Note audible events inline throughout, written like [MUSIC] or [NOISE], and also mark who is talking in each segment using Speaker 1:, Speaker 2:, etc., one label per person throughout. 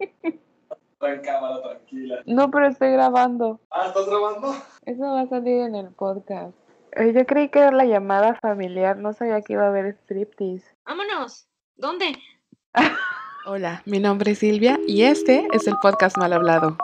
Speaker 1: Está en cámara, tranquila.
Speaker 2: No, pero estoy grabando.
Speaker 1: Ah, ¿estás grabando?
Speaker 2: Eso va a salir en el podcast. Eh, Yo creí que era la llamada familiar, no sabía que iba a haber striptease.
Speaker 3: Vámonos. ¿Dónde?
Speaker 4: Hola, mi nombre es Silvia y este es el podcast Mal Hablado.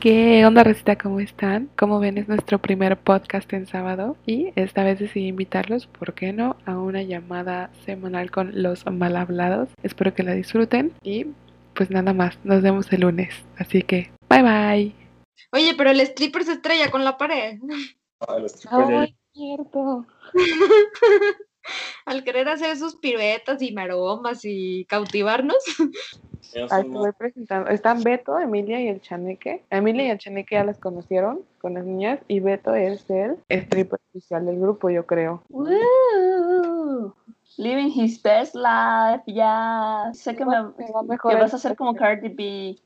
Speaker 4: ¿Qué onda, Recita? ¿Cómo están? Como ven, es nuestro primer podcast en sábado y esta vez decidí invitarlos, ¿por qué no?, a una llamada semanal con los mal hablados. Espero que la disfruten y pues nada más, nos vemos el lunes. Así que, bye bye.
Speaker 3: Oye, pero el stripper se estrella con la pared.
Speaker 1: Ah, el stripper ya-
Speaker 2: Ay, cierto.
Speaker 3: Al querer hacer sus piruetas y maromas y cautivarnos.
Speaker 1: ya
Speaker 2: Ahí
Speaker 1: son
Speaker 2: te
Speaker 1: más-
Speaker 2: voy presentando. Están Beto, Emilia y el Chaneque. A Emilia y el Chaneque ya las conocieron con las niñas y Beto es el stripper oficial del grupo, yo creo.
Speaker 5: Woo. Living his best life, ya. Sé que me,
Speaker 2: Me va mejor
Speaker 5: que
Speaker 2: el-
Speaker 5: vas a hacer como Cardi B.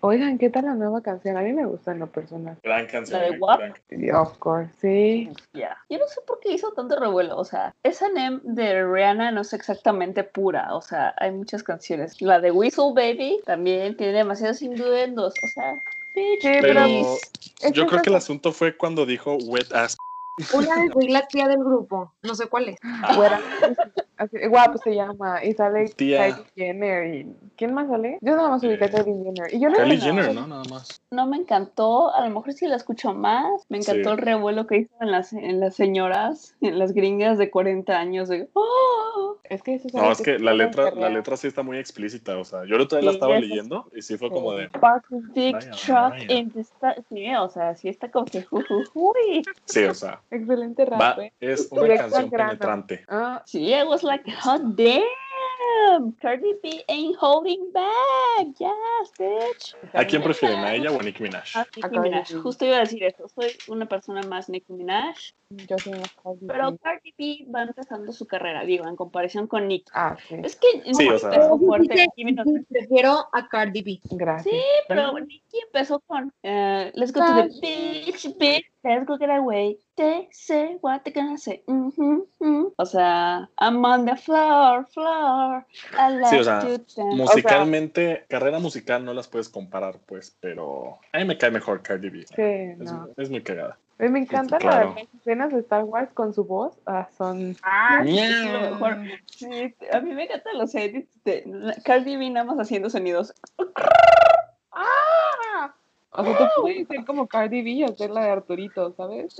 Speaker 2: Oigan, ¿qué tal la nueva canción? A mí me gusta en lo personal.
Speaker 1: Gran canción.
Speaker 5: ¿La de
Speaker 1: eh,
Speaker 5: WAP?
Speaker 1: gran-
Speaker 2: Y, Of course, sí.
Speaker 5: Ya. Yo no sé por qué hizo tanto revuelo. O sea, esa name de Rihanna no es exactamente pura. O sea, hay muchas canciones. La de Whistle Baby también tiene demasiados induendos. O sea, bitch,
Speaker 2: Sí, pero-
Speaker 5: please.
Speaker 2: Es
Speaker 1: Yo creo
Speaker 2: esa
Speaker 1: que el asunto fue cuando dijo wet ass.
Speaker 3: Una de soy la tía del grupo. No sé cuál es.
Speaker 2: Güera. Así, guapo se llama. Y sale
Speaker 1: [LAUGHS] Tía.
Speaker 2: Kylie Jenner. ¿Y ¿Quién más sale? Yo nada más ubiqué a
Speaker 1: Eh,
Speaker 2: Kylie Jenner. Y yo no
Speaker 1: Kylie
Speaker 5: no.
Speaker 1: Jenner, ¿no? Nada más.
Speaker 5: no me encantó. A lo mejor si la escucho más. Me
Speaker 1: Sí.
Speaker 5: encantó el revuelo que hizo en las, en las señoras, en las gringas de 40 años. De, ¡Oh!
Speaker 2: Es que eso
Speaker 1: No, es que la letra, la letra sí está muy explícita. O sea, yo el otro día la
Speaker 5: Sí,
Speaker 1: estaba
Speaker 5: eso sí.
Speaker 1: leyendo y sí fue como de.
Speaker 5: Parking dick
Speaker 1: Vaya,
Speaker 5: truck
Speaker 1: vaya.
Speaker 5: in the sta- Sí, o sea, sí está como que. ju, ju, uy.
Speaker 1: Sí, o sea,
Speaker 2: Excelente rap.
Speaker 1: va,
Speaker 2: ¿eh?
Speaker 1: es una
Speaker 2: Directo
Speaker 1: canción
Speaker 2: al grano.
Speaker 1: penetrante.
Speaker 2: Ah,
Speaker 5: Sí, I was like, oh damn, Cardi B ain't holding back, yes, bitch.
Speaker 1: ¿A quién prefieren? ¿A ella o a Nicki Minaj?
Speaker 5: Ah, Nicki
Speaker 2: Cardi
Speaker 5: Minaj,
Speaker 2: B.
Speaker 5: justo iba a decir eso, soy una persona más Nicki Minaj,
Speaker 2: yo soy más Kylie
Speaker 5: pero
Speaker 2: Jenner.
Speaker 5: Cardi B va empezando su carrera, digo, en comparación con Nicki.
Speaker 2: Ah, sí.
Speaker 5: Es que Nicki
Speaker 1: Sí, o sea.
Speaker 5: empezó fuerte, Nicki Minaj-
Speaker 3: Prefiero a Cardi B.
Speaker 2: Gracias.
Speaker 5: Sí, pero Nicki empezó con eh, Let's go to the beach, bitch, let's go get away, they say what they gonna say, mhm, mhm. o sea, I'm on the floor, floor, I love
Speaker 1: Sí, o sea,
Speaker 5: to dance.
Speaker 1: Musicalmente, carrera musical no las puedes comparar, pues, pero a mí me cae mejor Cardi B.
Speaker 2: Sí,
Speaker 1: Es,
Speaker 2: no.
Speaker 1: es muy cagada.
Speaker 2: Eh, Me encantan
Speaker 1: claro.
Speaker 2: las escenas de Star Wars con su voz. Ah, son.
Speaker 5: Ah, sí, es lo
Speaker 1: Miau.
Speaker 5: mejor. Sí, a mí me encantan los edits de Cardi B nada más haciendo sonidos.
Speaker 2: O sea, tú puedes ser como Cardi B y hacer la de Arturito, ¿sabes?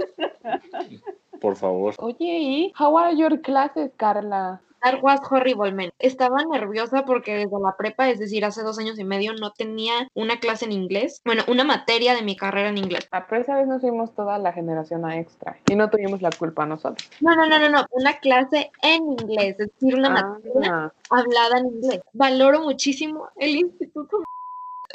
Speaker 1: Por favor.
Speaker 2: Oye, ¿y how are your classes, Carla?
Speaker 3: That was horrible, man. Estaba nerviosa porque desde la prepa, es decir, hace dos años y medio, no tenía una clase en inglés. Bueno, una materia de mi carrera en inglés.
Speaker 2: Ah, pero esa vez nos fuimos toda la generación a extra y no tuvimos la culpa nosotros.
Speaker 3: No, no, no, no, no. Una clase en inglés. Es decir, una materia
Speaker 2: Ah.
Speaker 3: hablada en inglés. Valoro muchísimo el instituto.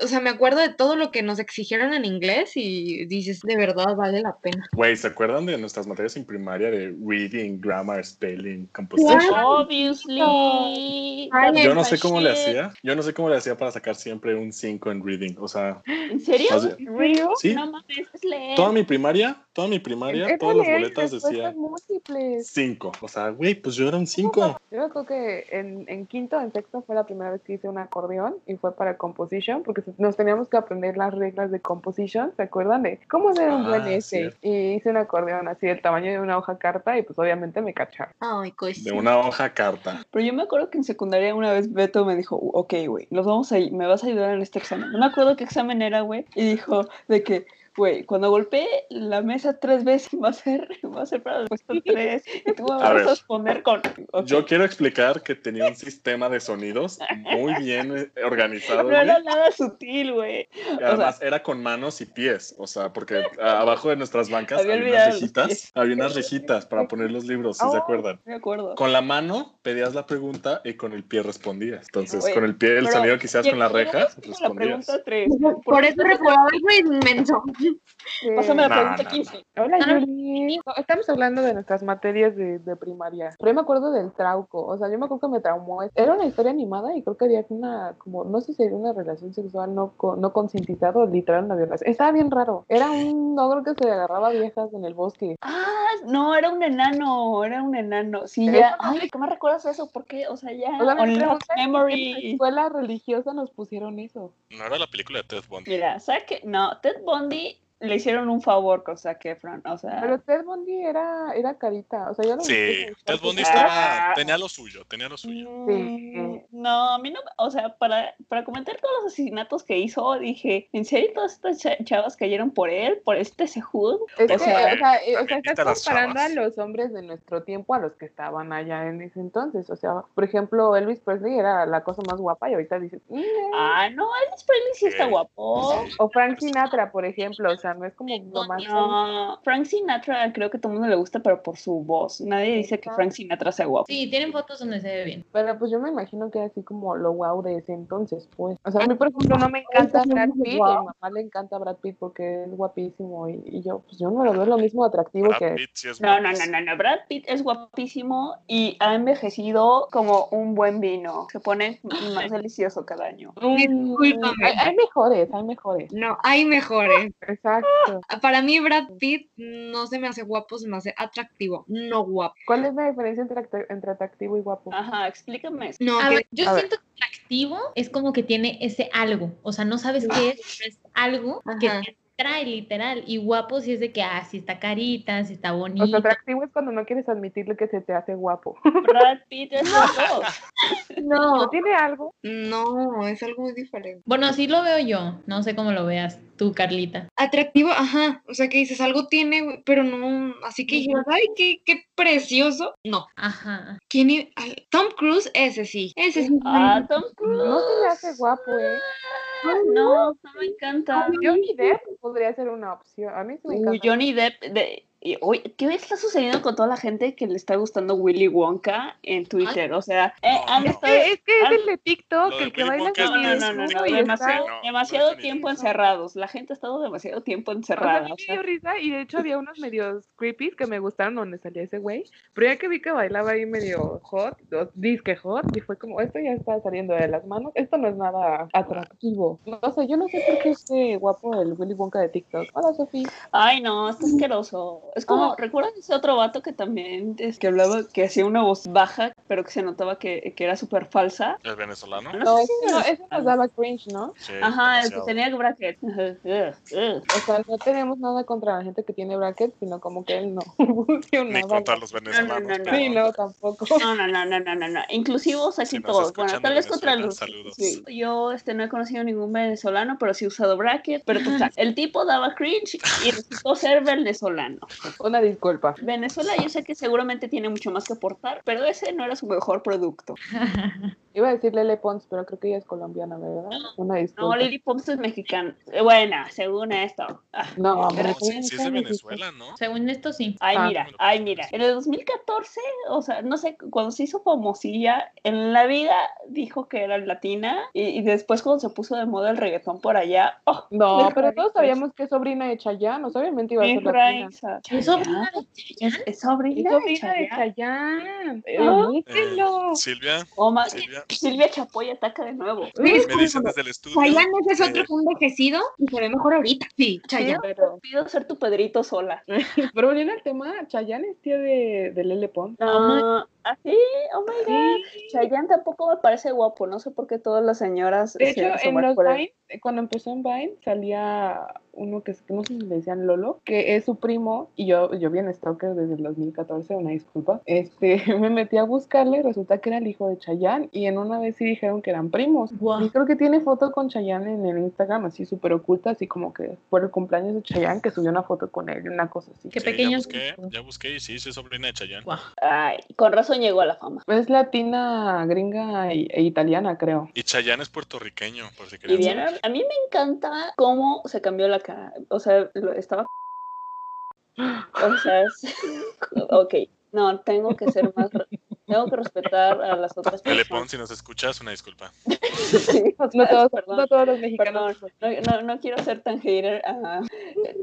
Speaker 3: O sea, me acuerdo de todo lo que nos exigieron en inglés y dices, de verdad vale la pena.
Speaker 1: Güey, ¿se acuerdan de nuestras materias en primaria de reading, grammar, spelling, composition?
Speaker 3: Claro.
Speaker 5: Obviously.
Speaker 3: Ay,
Speaker 5: that
Speaker 1: Yo no
Speaker 5: is
Speaker 1: sé
Speaker 5: my
Speaker 1: cómo le
Speaker 5: Oh, shit.
Speaker 1: hacía. Yo no sé cómo le hacía para sacar siempre un 5 en reading. O sea,
Speaker 5: ¿En serio?
Speaker 1: más bien-
Speaker 5: ¿Real?
Speaker 1: Sí.
Speaker 5: No mames, es leer.
Speaker 1: toda mi primaria, toda mi primaria,
Speaker 5: Eh,
Speaker 2: Era
Speaker 1: todas las
Speaker 2: leer
Speaker 1: boletas
Speaker 2: respuestas
Speaker 1: decían
Speaker 2: múltiples.
Speaker 1: 5. O sea, güey, pues yo era un 5.
Speaker 2: Yo creo que en, en quinto, en sexto fue la primera vez que hice un acordeón y fue para composition, porque se- nos teníamos que aprender las reglas de composition, ¿se acuerdan de cómo hacer un buen
Speaker 1: Ah,
Speaker 2: essay?
Speaker 1: cierto.
Speaker 2: Y hice un acordeón así del tamaño de una hoja carta y pues obviamente me cacharon.
Speaker 3: Ay, cois.
Speaker 1: De una hoja carta.
Speaker 5: Pero yo me acuerdo que en secundaria una vez Beto me dijo, ok, güey, nos vamos a ir- me vas a ayudar en este examen. No me acuerdo qué examen era, güey. Y dijo de que, güey, cuando golpeé la mesa tres veces [LAUGHS] va a ser, va a ser para el [LAUGHS] puesto tres. Y tú me vas
Speaker 1: A
Speaker 5: a,
Speaker 1: ver.
Speaker 5: responder con. ok.
Speaker 1: Yo quiero explicar que tenía un sistema de sonidos muy bien eh, organizado.
Speaker 5: no
Speaker 1: güey.
Speaker 5: era nada sutil, güey.
Speaker 1: Y Además, era con manos y pies, o sea, porque a- abajo de nuestras bancas
Speaker 5: Había
Speaker 1: había,
Speaker 5: olvidado
Speaker 1: unas
Speaker 5: los
Speaker 1: rejitas,
Speaker 5: pies.
Speaker 1: había unas rejitas para poner los libros, si se
Speaker 2: Oh.
Speaker 1: acuerdan.
Speaker 5: Me acuerdo.
Speaker 1: Con la mano pedías la pregunta y con el pie respondías. Entonces,
Speaker 5: Oye,
Speaker 1: con el pie, el
Speaker 5: pero
Speaker 1: sonido que hacías
Speaker 5: Yo-
Speaker 1: con la
Speaker 5: yo no
Speaker 1: reja,
Speaker 5: sé cómo La
Speaker 1: respondías.
Speaker 5: pregunta tres.
Speaker 3: Por eso recordaba algo inmenso.
Speaker 2: Eh,
Speaker 5: Pásame la
Speaker 6: No,
Speaker 5: pregunta
Speaker 6: no, no.
Speaker 5: 15.
Speaker 2: Hola,
Speaker 3: Ah.
Speaker 2: Yuli. No, Estamos hablando de nuestras materias de, de primaria. Pero yo me acuerdo del trauco. O sea, yo me acuerdo que me traumó. Era una historia animada y creo que había una, como, no sé si sería una relación sexual no, co- no consentida o literal una violación. Estaba bien raro. Era un ogro que se agarraba a viejas en el bosque.
Speaker 5: Ah, no, era un enano, era un enano. Sí,
Speaker 2: Pero
Speaker 5: ya. Ay, ¿qué me recuerdas eso? ¿Por qué? O sea, ya. Pues
Speaker 2: O sea, me
Speaker 5: Unlock
Speaker 2: pregunté por qué En la
Speaker 5: memory.
Speaker 2: escuela religiosa nos pusieron eso.
Speaker 1: No era la película de Ted Bundy.
Speaker 5: Mira, ¿sabes qué? No, Ted Bundy le hicieron un favor con Zac Efron. O sea,
Speaker 2: Pero Ted Bundy era, era carita. O sea, yo lo
Speaker 1: Sí,
Speaker 2: busqué.
Speaker 1: Ted Bundy
Speaker 5: Ah.
Speaker 1: estaba, tenía lo suyo, tenía lo suyo.
Speaker 5: Mm, No, a mí no, o sea, para, para comentar todos los asesinatos que hizo, dije, ¿en serio todas estas cha- chavas cayeron por él, por este Sehud?
Speaker 2: Es que,
Speaker 5: O
Speaker 2: o
Speaker 5: sea,
Speaker 2: sea, eh,
Speaker 1: también
Speaker 2: o sea, estás
Speaker 1: quita las
Speaker 2: comparando a
Speaker 1: chavas.
Speaker 2: los hombres de nuestro tiempo a los que estaban allá en ese entonces. O sea, por ejemplo, Elvis Presley era la cosa más guapa y ahorita dices, "Mm, eh".
Speaker 5: Ah, no, Elvis Presley sí está
Speaker 1: Ok.
Speaker 5: guapo.
Speaker 1: Sí.
Speaker 2: o Frank Sinatra, por ejemplo, o sea, no es como lo más.
Speaker 5: No, Frank Sinatra creo que todo el mundo le gusta, pero por su voz. Nadie dice que Frank Sinatra sea guapo.
Speaker 3: Sí, tienen fotos donde se ve bien.
Speaker 2: Pero pues yo me imagino que era así como lo wow de ese entonces, pues. O sea, a mí, por ejemplo, no me encanta
Speaker 5: Ahorita
Speaker 2: Brad
Speaker 5: somos
Speaker 2: Pitt,
Speaker 5: guau.
Speaker 2: a mi mamá le encanta Brad Pitt porque es guapísimo y, y yo, pues yo no lo veo lo mismo atractivo
Speaker 1: Brad
Speaker 2: que.
Speaker 1: Pitt sí es
Speaker 5: No, no, no,
Speaker 1: guapísimo.
Speaker 5: no, no. Brad Pitt es guapísimo y ha envejecido como un buen vino. Se pone más delicioso cada año.
Speaker 2: Mm,
Speaker 3: Discúlpame.
Speaker 2: Hay, hay mejores, hay mejores.
Speaker 3: No, hay mejores.
Speaker 2: Exacto.
Speaker 3: Para mí, Brad Pitt no se me hace guapo, se me hace atractivo, no guapo.
Speaker 2: ¿Cuál es la diferencia entre, act- entre atractivo y guapo?
Speaker 5: Ajá, explícame eso.
Speaker 3: No,
Speaker 7: A
Speaker 3: que-
Speaker 7: ver, yo
Speaker 2: a ver.
Speaker 7: siento que atractivo es como que tiene ese algo, o sea, no sabes qué es, pero es algo que
Speaker 3: Ajá.
Speaker 7: te atrae literal. Y guapo si es de que, ah, si está carita, si está bonito.
Speaker 2: O sea, atractivo es cuando no quieres admitirle que se te hace guapo.
Speaker 5: Brad Pitt es
Speaker 2: [LAUGHS]
Speaker 5: guapo.
Speaker 2: ¿No
Speaker 7: no.
Speaker 2: tiene algo?
Speaker 3: no, es algo muy diferente.
Speaker 7: Bueno, así lo veo yo. No sé cómo lo veas tú, Carlita.
Speaker 3: Atractivo, ajá. O sea, que dices, algo tiene, güey, pero no. Así que dijeras, ay, qué, qué precioso. No.
Speaker 7: Ajá. [LAUGHS]
Speaker 3: ¿Quién i- al- Tom Cruise, ese sí. Ese sí.
Speaker 5: Ah, Tom Cruise.
Speaker 2: No se le hace guapo, ¿eh?
Speaker 5: No, no me encanta.
Speaker 2: Johnny Depp podría ser una opción. A mí sí me encanta.
Speaker 5: Uy, Johnny Depp. de- y, oye, ¿qué está sucediendo con toda la gente que le está gustando Willy Wonka en Twitter? O sea, eh,
Speaker 1: No,
Speaker 5: han
Speaker 1: no.
Speaker 5: estado
Speaker 2: es que
Speaker 5: es el
Speaker 2: de
Speaker 1: Lo
Speaker 2: TikTok,
Speaker 1: de el que Willy baila Wonka
Speaker 5: No,
Speaker 1: con
Speaker 5: no, no, no, no,
Speaker 1: y
Speaker 5: demasiado,
Speaker 1: está-
Speaker 5: demasiado
Speaker 1: no, no,
Speaker 5: tiempo
Speaker 1: no.
Speaker 5: encerrados. La gente ha estado demasiado tiempo
Speaker 2: O sea, a
Speaker 5: encerrada.
Speaker 2: mí
Speaker 5: o
Speaker 2: me
Speaker 5: sea,
Speaker 2: dio risa y de hecho había unos medios creepy que me gustaron donde salía ese güey, pero ya que vi que bailaba ahí medio hot, o disque hot, y fue como, esto ya está saliendo de las manos, esto no es nada atractivo. No sé, yo no sé por qué este guapo el Willy Wonka de TikTok. Hola, Sofía.
Speaker 5: Ay, no, está asqueroso. Es como,
Speaker 2: Ah.
Speaker 5: ¿recuerdan ese otro vato que también es que hablaba, que hacía una voz baja, pero que se notaba que, que era súper falsa?
Speaker 1: El venezolano.
Speaker 5: No,
Speaker 2: No,
Speaker 5: sé
Speaker 2: eso,
Speaker 5: si
Speaker 2: no,
Speaker 5: era-
Speaker 2: eso nos daba cringe, ¿no?
Speaker 1: Sí,
Speaker 5: Ajá, el que
Speaker 1: demasiado.
Speaker 5: tenía el bracket. Ugh, ugh, ugh.
Speaker 2: O sea, no tenemos nada contra la gente que tiene brackets, sino como que él no [LAUGHS] funcionaba.
Speaker 1: Ni contra los venezolanos.
Speaker 5: No, no, no,
Speaker 1: pero-
Speaker 2: Sí, no, tampoco. [LAUGHS]
Speaker 5: No, no, no, no, no, no, no. Inclusivos así
Speaker 1: Si nos
Speaker 5: todos.
Speaker 1: escuchan
Speaker 5: Bueno,
Speaker 1: de
Speaker 5: tal vez contra
Speaker 1: Venezuela, saludos.
Speaker 5: los. sí. Yo este, no he conocido ningún venezolano, pero sí he usado bracket. Pero pues, el tipo daba cringe y resultó ser venezolano.
Speaker 2: Una disculpa.
Speaker 5: Venezuela yo sé que seguramente tiene mucho más que aportar, pero ese no era su mejor producto.
Speaker 2: Iba a decir Lele Pons, pero creo que ella es colombiana, ¿verdad? Una
Speaker 5: No,
Speaker 2: disculpa.
Speaker 5: Lily Pons es mexicana. Eh, Buena, según esto. Ah,
Speaker 2: No,
Speaker 1: No,
Speaker 2: pero
Speaker 1: sí, sí es de
Speaker 2: ¿cómo dices?
Speaker 1: Venezuela, ¿no?
Speaker 7: Según esto, sí.
Speaker 5: Ay,
Speaker 2: Ah.
Speaker 5: mira, ay, mira. En el 2014, o sea, no sé, cuando se hizo famosilla, en la vida dijo que era latina y, y después cuando se puso de moda el reggaetón por allá, oh,
Speaker 2: No,
Speaker 5: Deja
Speaker 2: pero
Speaker 5: de
Speaker 2: todos
Speaker 5: cosas.
Speaker 2: sabíamos que es sobrina de Chayanne, o sea, obviamente iba a ser
Speaker 5: Efra
Speaker 2: latina.
Speaker 5: Isa-
Speaker 7: Es sobrina de
Speaker 5: Es,
Speaker 7: Chayanne.
Speaker 5: es sobrina,
Speaker 2: Es sobrina
Speaker 5: de
Speaker 2: de
Speaker 5: Chayanne.
Speaker 2: Chayanne. Eh,
Speaker 5: Ah.
Speaker 1: Eh,
Speaker 2: búsquenlo.
Speaker 1: Silvia,
Speaker 5: Oh, ma-
Speaker 1: Silvia,
Speaker 5: Silvia Chapoy ataca de nuevo.
Speaker 1: me dicen desde el estudio.
Speaker 3: Chayanne ese es
Speaker 1: eh,
Speaker 3: otro que ha envejecido y se ve mejor ahorita. Sí, Chayanne.
Speaker 2: Pero,
Speaker 5: Pido ser tu Pedrito sola.
Speaker 2: pero volviendo al tema, Chayanne es tía de, de Lele Pons.
Speaker 5: Ah, así, oh my god.
Speaker 2: Sí.
Speaker 5: Chayanne tampoco me parece guapo, no sé por qué todas las señoras
Speaker 2: De
Speaker 5: se
Speaker 2: hecho, en
Speaker 5: asoman
Speaker 2: los
Speaker 5: por él.
Speaker 2: Vine, eh, cuando empezó en Vine, salía uno que es- no sé si le decían Lolo, que es su primo, y yo, yo vi en Stalker desde el 2014, una disculpa. Este, [LAUGHS] me metí a buscarle y resulta que era el hijo de Chayanne, y en una vez sí dijeron que eran primos.
Speaker 7: Guau.
Speaker 2: Y creo que tiene foto con Chayanne en el Instagram, así súper oculta, así como que por el cumpleaños de Chayanne que subió una foto con él, una cosa así.
Speaker 7: Qué
Speaker 1: sí,
Speaker 7: pequeño.
Speaker 1: Ya busqué, ya busqué y sí, sí es sobrina de Chayanne.
Speaker 7: Guau.
Speaker 5: Ay, con razón llegó a la fama.
Speaker 2: Es latina, gringa y- e italiana, creo.
Speaker 1: Y Chayanne es puertorriqueño, por si
Speaker 5: Y
Speaker 1: querían
Speaker 5: bien, a mí me encanta cómo se cambió la cara. O sea,
Speaker 2: [GASPS]
Speaker 5: lo- estaba. [LAUGHS] O sea, es- ok, no, tengo que ser más. Tengo que respetar a las otras
Speaker 1: Telepón,
Speaker 5: personas.
Speaker 1: si nos escuchas, una disculpa.
Speaker 5: Sí, o
Speaker 2: [LAUGHS] No
Speaker 5: sea,
Speaker 2: todos,
Speaker 5: perdón.
Speaker 2: no todos los mexicanos.
Speaker 5: Perdón, no, no, no quiero ser tan hater. ajá.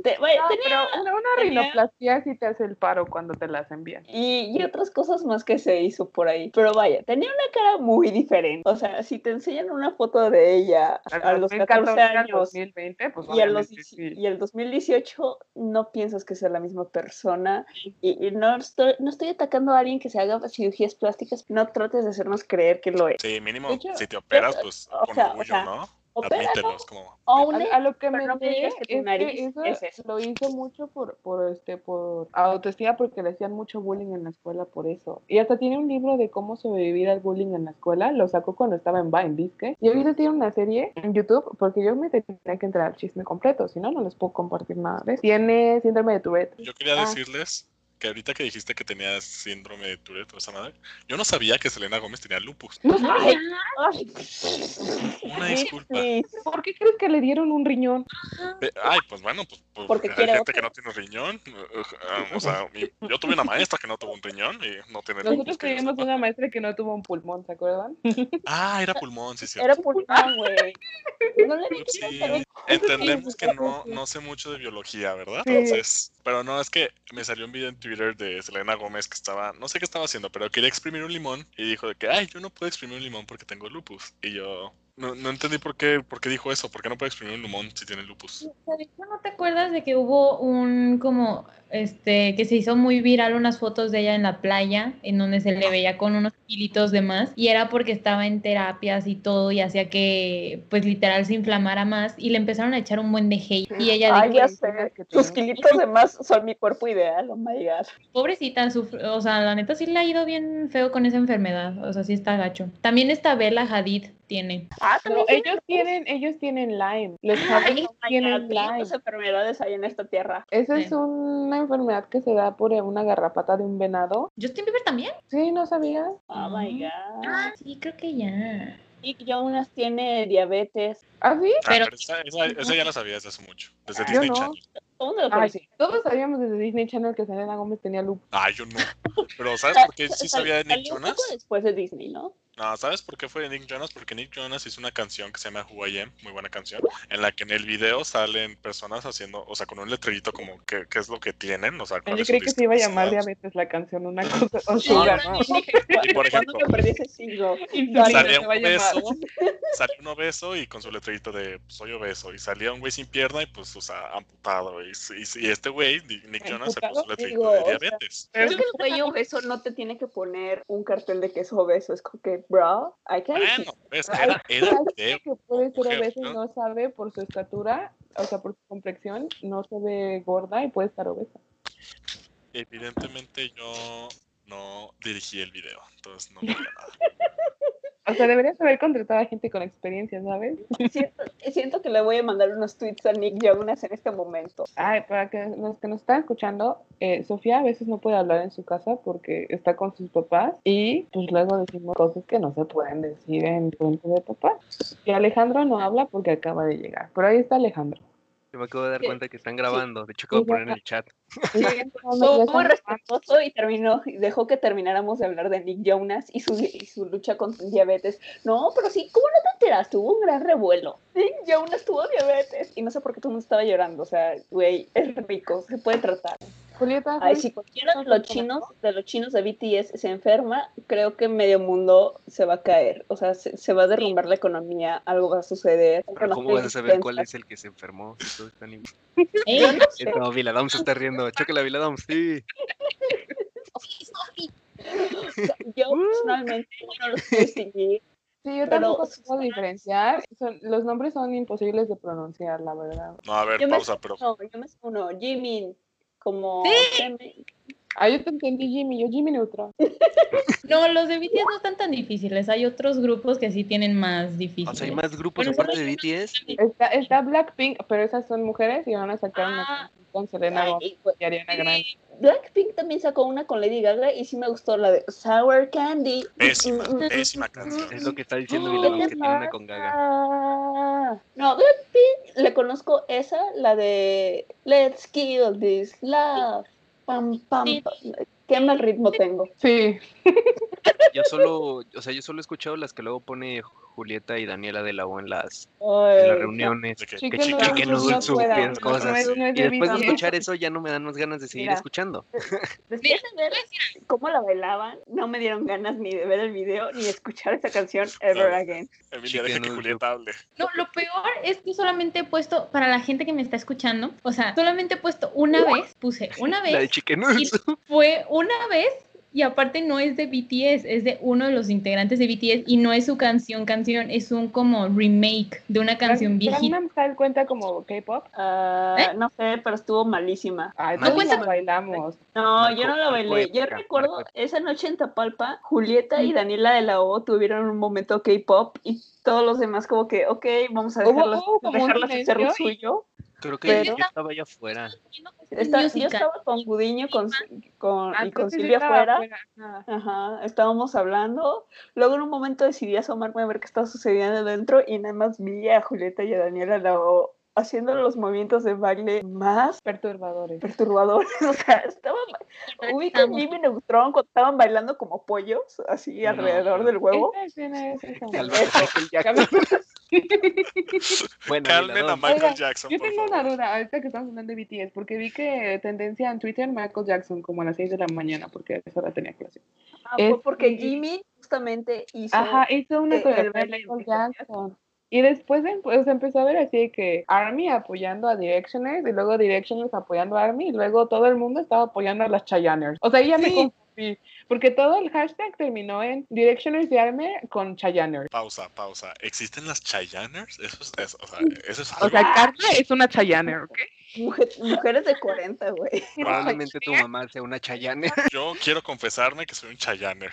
Speaker 5: Te- bueno,
Speaker 2: No,
Speaker 5: tenía-
Speaker 2: pero una, una
Speaker 5: tenía-
Speaker 2: rinoplastia sí te hace el paro cuando te las envían.
Speaker 5: y, y otras cosas más que se hizo por ahí. Pero vaya, tenía una cara muy diferente. O sea, si te enseñan una foto de ella a, los 14
Speaker 2: al
Speaker 5: años
Speaker 2: 2020, pues
Speaker 5: y, a los,
Speaker 2: obviamente
Speaker 5: dieci-
Speaker 2: sí.
Speaker 5: y el 2018, no piensas que sea la misma persona. Y, y no, estoy, no estoy atacando a alguien que se haga cirugías plásticas. No trates de hacernos creer que lo es.
Speaker 1: Sí, mínimo,
Speaker 5: De hecho,
Speaker 1: si te operas,
Speaker 5: yo-
Speaker 1: pues
Speaker 5: o
Speaker 1: con
Speaker 5: sea, o
Speaker 1: orgullo,
Speaker 5: sea,
Speaker 1: ¿no?
Speaker 5: Opéralo,
Speaker 1: Admítelo, es como.
Speaker 5: aún
Speaker 2: A, a lo que me
Speaker 5: pero no me
Speaker 2: enteré
Speaker 5: digas que tu
Speaker 2: es
Speaker 5: nariz
Speaker 2: eso
Speaker 5: es eso.
Speaker 2: lo hizo mucho por por este por autoestima porque le hacían mucho bullying en la escuela por eso y hasta tiene un libro de cómo sobrevivir al bullying en la escuela lo sacó cuando estaba en Vine ¿viste? y ahorita tiene una serie en YouTube porque yo me tenía que entrar al chisme completo si no no les puedo compartir nada de eso. tiene síndrome de Tourette
Speaker 1: Yo quería
Speaker 2: Ah.
Speaker 1: decirles que ahorita que dijiste que tenías síndrome de Tourette o esa madre, yo no sabía que Selena Gómez tenía lupus.
Speaker 5: Ay, ay. [LAUGHS]
Speaker 1: Una
Speaker 5: Sí,
Speaker 1: disculpa.
Speaker 5: sí.
Speaker 2: ¿por qué crees que le dieron un riñón?
Speaker 1: Pe- Ay, pues bueno, pues, pues,
Speaker 5: Porque
Speaker 1: hay
Speaker 5: quiere
Speaker 1: gente que no tiene riñón. eh, O sea, mi- yo tuve una maestra que no tuvo un riñón y no tiene lupus.
Speaker 2: Nosotros
Speaker 1: que yo
Speaker 2: tuvimos
Speaker 1: sepa.
Speaker 2: una maestra que no tuvo un pulmón, ¿se acuerdan?
Speaker 1: Ah, era pulmón, sí, sí.
Speaker 5: Era pulmón, güey. No le
Speaker 1: Upsi.
Speaker 5: digas
Speaker 1: Entendemos que no, no sé mucho de biología, ¿verdad?
Speaker 2: Sí.
Speaker 1: Entonces, pero no, es que me salió un video en Twitter de Selena Gómez que estaba, no sé qué estaba haciendo, pero quería exprimir un limón y dijo de que, ay, yo no puedo exprimir un limón porque tengo lupus. Y yo no, no entendí por qué, por qué dijo eso, por qué no puede exprimir un limón si tiene lupus.
Speaker 7: De hecho, ¿No te acuerdas de que hubo un como este que se hizo muy viral unas fotos de ella en la playa en donde se le veía con unos kilitos de más y era porque estaba en terapias y todo y hacía que pues literal se inflamara más y le empezaron a echar un buen de hate y ella
Speaker 5: Ay,
Speaker 7: dijo,
Speaker 5: ya
Speaker 2: Sí,
Speaker 5: sé.
Speaker 2: que
Speaker 5: Tus
Speaker 2: tenemos.
Speaker 5: kilitos de más son mi cuerpo ideal, oh my god.
Speaker 7: pobrecita, sufre- o sea, la neta sí le ha ido bien feo con esa enfermedad, o sea, sí está gacho. También esta Bella Hadid tiene.
Speaker 5: Ah,
Speaker 2: No, ellos tienen, ellos tienen Lyme. Los Javis tienen Lyme.
Speaker 5: Las enfermedades hay en esta tierra.
Speaker 2: Esa
Speaker 7: Sí.
Speaker 2: es una enfermedad que se da por una garrapata de un venado.
Speaker 7: Justin Bieber también.
Speaker 2: Sí, ¿no sabías?
Speaker 5: Oh my god.
Speaker 7: Ah, sí, creo que ya.
Speaker 5: Nick Jonas tiene diabetes.
Speaker 2: ¿Ah, sí?
Speaker 1: Ah,
Speaker 7: Pero-
Speaker 1: pero esa, esa- esa ya la sabía desde hace mucho, desde
Speaker 5: Ah, yo
Speaker 1: Disney
Speaker 2: no.
Speaker 1: Channel.
Speaker 5: ¿Cómo te lo
Speaker 2: Ay,
Speaker 5: conocí?
Speaker 2: Todos sabíamos desde Disney Channel que Selena Gómez tenía lupus.
Speaker 1: Ah, yo
Speaker 5: [LAUGHS]
Speaker 1: no. Pero ¿sabes por qué sí sabía de Nick
Speaker 5: Salió un poco
Speaker 1: Jonas?
Speaker 5: después de Disney, ¿no?
Speaker 1: No, ¿sabes por qué fue de Nick Jonas? Porque Nick Jonas hizo una canción que se llama Who I Am, muy buena canción, en la que en el video salen personas haciendo, o sea, con un letrerito como qué, qué es lo que tienen, o sea, cuál
Speaker 2: Yo
Speaker 1: es su
Speaker 2: creí que se iba a llamar
Speaker 1: discapacidad.
Speaker 2: diabetes la canción, una cosa. O
Speaker 5: Sí,
Speaker 2: sugar,
Speaker 5: yo
Speaker 2: ¿no?
Speaker 5: también dije,
Speaker 1: [LAUGHS] Y por
Speaker 5: ¿Cuándo
Speaker 1: ejemplo,
Speaker 5: me perdí
Speaker 1: [LAUGHS]
Speaker 5: ese single?
Speaker 2: Insulina
Speaker 1: salía
Speaker 2: se va a
Speaker 1: un
Speaker 2: llamar.
Speaker 5: [LAUGHS]
Speaker 1: beso, salía un obeso y con su letrerito de "Pues, soy obeso, y salía un güey sin pierna y pues, o sea, amputado, y, y- y este güey, Nick Jonas, se puso
Speaker 5: ¿Amputado?
Speaker 1: un letrerito
Speaker 5: Digo, o
Speaker 1: de
Speaker 5: sea,
Speaker 1: diabetes.
Speaker 5: Creo que el güey obeso no te tiene que poner un cartel de que es obeso. Es como que, bro, I can't
Speaker 1: Bueno, pues,
Speaker 2: Ay,
Speaker 1: era, era
Speaker 2: [LAUGHS] ¿sabes
Speaker 1: video.
Speaker 2: que puede ser
Speaker 1: mujer,
Speaker 2: obesa y
Speaker 1: ¿no?
Speaker 2: no sabe por su estatura, o sea, por su complexión, no se ve gorda y puede estar obesa.
Speaker 1: Evidentemente yo no dirigí el video, entonces no me nada.
Speaker 2: O sea, deberías haber contratado a gente con experiencia, ¿sabes?
Speaker 5: Siento, siento que le voy a mandar unos tweets a Nick Jonas en este momento.
Speaker 2: Ay, para que los que nos están escuchando, eh, Sofía a veces no puede hablar en su casa porque está con sus papás y pues luego decimos cosas que no se pueden decir en frente de papás. Y Alejandro no habla porque acaba de llegar, pero ahí está
Speaker 5: [LAUGHS]
Speaker 2: Alejandro.
Speaker 8: Yo me acabo de dar
Speaker 5: Sí,
Speaker 8: cuenta que están grabando. De hecho, acabo de
Speaker 2: Sí, ya
Speaker 8: poner en el chat.
Speaker 2: este
Speaker 5: Fue muy respetuoso y terminó, y dejó que termináramos de hablar de Nick Jonas y su, y su lucha contra el diabetes. No, pero sí, ¿cómo no te enteraste? Hubo un gran revuelo. Nick Jonas tuvo diabetes y no sé por qué todo el mundo estaba llorando. O sea, güey, es rico, se puede tratar.
Speaker 2: Julieta,
Speaker 5: Ay,
Speaker 2: ¿sabes?
Speaker 5: si cualquiera de los chinos, de los chinos de BTS se enferma, creo que medio mundo se va a caer. O sea, se, se va a derrumbar la economía, algo va a suceder.
Speaker 8: Pero ¿cómo vas a saber cuál es el que se enfermó? Si todos están igual.
Speaker 7: Ey,
Speaker 8: [LAUGHS] Eh, No, Viladam se está riendo. Chócala, Viladam, sí. [LAUGHS]
Speaker 5: Yo personalmente no los puedo distinguir.
Speaker 2: Sí, yo
Speaker 5: Pero-
Speaker 2: tampoco puedo diferenciar. Son- los nombres son imposibles de pronunciar, la verdad.
Speaker 1: No, a ver,
Speaker 5: Yo me-
Speaker 1: pausa, pero
Speaker 2: [LAUGHS]
Speaker 5: No, yo me sé uno, Jimin, como Jimin.
Speaker 2: Ah, yo te entendí, Jimmy. Yo, Jimmy Neutro.
Speaker 7: No, los de BTS no están tan difíciles. Hay otros grupos que sí tienen más
Speaker 8: O
Speaker 7: difíciles.
Speaker 8: sea, hay más grupos
Speaker 7: Bueno,
Speaker 8: aparte
Speaker 7: solo
Speaker 8: de BTS.
Speaker 2: Está, está Blackpink, pero esas son mujeres y van a sacar una
Speaker 5: Ah.
Speaker 2: canción con Selena
Speaker 5: Ay,
Speaker 2: Gomez
Speaker 5: y, güey,
Speaker 2: y Ariana Grande.
Speaker 5: Blackpink también sacó una con Lady Gaga y sí me gustó la de Sour Candy.
Speaker 1: pésima,
Speaker 5: Mm, mm, mm.
Speaker 1: pésima canción.
Speaker 8: Es lo que está diciendo
Speaker 5: Oh,
Speaker 8: Viladam,
Speaker 5: ¿qué
Speaker 8: que tiene una con gaga.
Speaker 5: Ah, No, Blackpink le conozco esa, la de Let's Kill This Love. Pam, pam,
Speaker 7: Sí.
Speaker 5: pam. Qué mal ritmo tengo.
Speaker 2: Sí.
Speaker 8: yo solo, o sea, yo solo he escuchado las que luego pone Julieta y Daniela de la O en las, en
Speaker 5: Eh,
Speaker 8: las reuniones.
Speaker 1: De que-
Speaker 8: Que
Speaker 2: Chicken
Speaker 8: chiquen,
Speaker 2: noodle
Speaker 8: que
Speaker 2: soup no
Speaker 8: noodle soup,
Speaker 2: fuera,
Speaker 8: esas
Speaker 2: no,
Speaker 8: cosas.
Speaker 2: no es- no es
Speaker 8: y después de
Speaker 2: debido.
Speaker 8: escuchar eso ya no me dan más ganas de seguir
Speaker 5: Mira.
Speaker 8: escuchando.
Speaker 5: Después de ver cómo la bailaban, no me dieron ganas ni de ver el video ni de escuchar esa canción ever
Speaker 1: Claro.
Speaker 5: again.
Speaker 1: Emilia,
Speaker 8: Chicken
Speaker 1: deja que
Speaker 8: noodle
Speaker 1: Julieta hable.
Speaker 7: No, lo peor es que solamente he puesto, para la gente que me está escuchando, o sea, solamente he puesto una vez, puse una
Speaker 8: [LAUGHS] La de
Speaker 7: vez,
Speaker 8: chicken
Speaker 7: y
Speaker 8: noodle soup.
Speaker 7: fue una vez, y aparte no es de BTS, es de uno de los integrantes de BTS, y no es su canción, canción, es un como remake de una canción viejita.
Speaker 2: Gangnam Style cuenta como K-pop.
Speaker 5: Ah,
Speaker 7: ¿Eh?
Speaker 5: No sé, pero estuvo malísima.
Speaker 2: Ay,
Speaker 8: No
Speaker 2: todos
Speaker 7: cuenta
Speaker 2: la
Speaker 7: con-
Speaker 2: bailamos.
Speaker 5: No,
Speaker 8: Marcó-
Speaker 5: yo no la
Speaker 8: marcó
Speaker 5: bailé. Yo
Speaker 8: época,
Speaker 5: recuerdo
Speaker 8: marcó
Speaker 5: esa noche en Tapalpa, Julieta y Daniela de la O tuvieron un momento K-pop y todos los demás como que, ok, vamos a
Speaker 2: Hubo-
Speaker 5: dejarlas,
Speaker 2: hubo como un
Speaker 5: dejarlas hacer lo suyo.
Speaker 8: Creo que
Speaker 5: Pero-
Speaker 8: yo estaba allá afuera.
Speaker 5: Esta- yo
Speaker 7: Musical.
Speaker 5: estaba con Gudiño con, con,
Speaker 2: Ah,
Speaker 5: y con
Speaker 2: entonces sí
Speaker 5: Silvia
Speaker 2: estaba
Speaker 5: afuera.
Speaker 2: ajá.
Speaker 5: Ajá, estábamos hablando. Luego en un momento decidí asomarme a ver qué estaba sucediendo dentro y nada más vi a Julieta y a Daniela Lao haciendo los movimientos de baile más
Speaker 2: Perturbadores.
Speaker 5: perturbadores. [LAUGHS] O sea, estaban. Ubican
Speaker 7: Estamos.
Speaker 5: Jimmy Neutron cuando estaban bailando como pollos, así
Speaker 8: No,
Speaker 5: alrededor
Speaker 8: no.
Speaker 5: del huevo.
Speaker 2: Esta escena es esa.
Speaker 8: Calma, Michael Jackson.
Speaker 2: [LAUGHS]
Speaker 8: Bueno,
Speaker 1: Calmen a
Speaker 8: Miladón,
Speaker 1: Michael
Speaker 2: Oigan,
Speaker 1: Jackson,
Speaker 2: Yo
Speaker 1: por
Speaker 2: tengo una
Speaker 1: favor.
Speaker 2: duda ahorita que estamos hablando de BTS, porque vi que tendencia en Twitter Michael Jackson como a las 6 de la mañana, porque a esa hora tenía clase.
Speaker 5: Ah,
Speaker 2: Este-
Speaker 5: fue porque Jimmy justamente hizo.
Speaker 2: Ajá, hizo una
Speaker 5: eh, el
Speaker 2: coreografía de
Speaker 5: baile de
Speaker 2: Michael
Speaker 5: Michael
Speaker 2: Jackson. Y después em- pues, empezó a ver así de que Army apoyando a Directioners y luego Directioners apoyando a Army y luego todo el mundo estaba apoyando a las Chayaners. O sea, ahí ya me confundí, porque todo el hashtag terminó en Directioners y Army con Chayaners.
Speaker 1: Pausa, pausa. ¿Existen las Chayaners? Eso es, es- o sea, eso es
Speaker 2: O
Speaker 1: algo.
Speaker 2: sea, Carla es una Chayaner, ¿ok?
Speaker 5: mujer- mujeres de 40, güey.
Speaker 8: Probablemente tu mamá sea una chayane.
Speaker 1: Yo quiero confesarme que soy un
Speaker 5: [LAUGHS]
Speaker 1: Chayaner.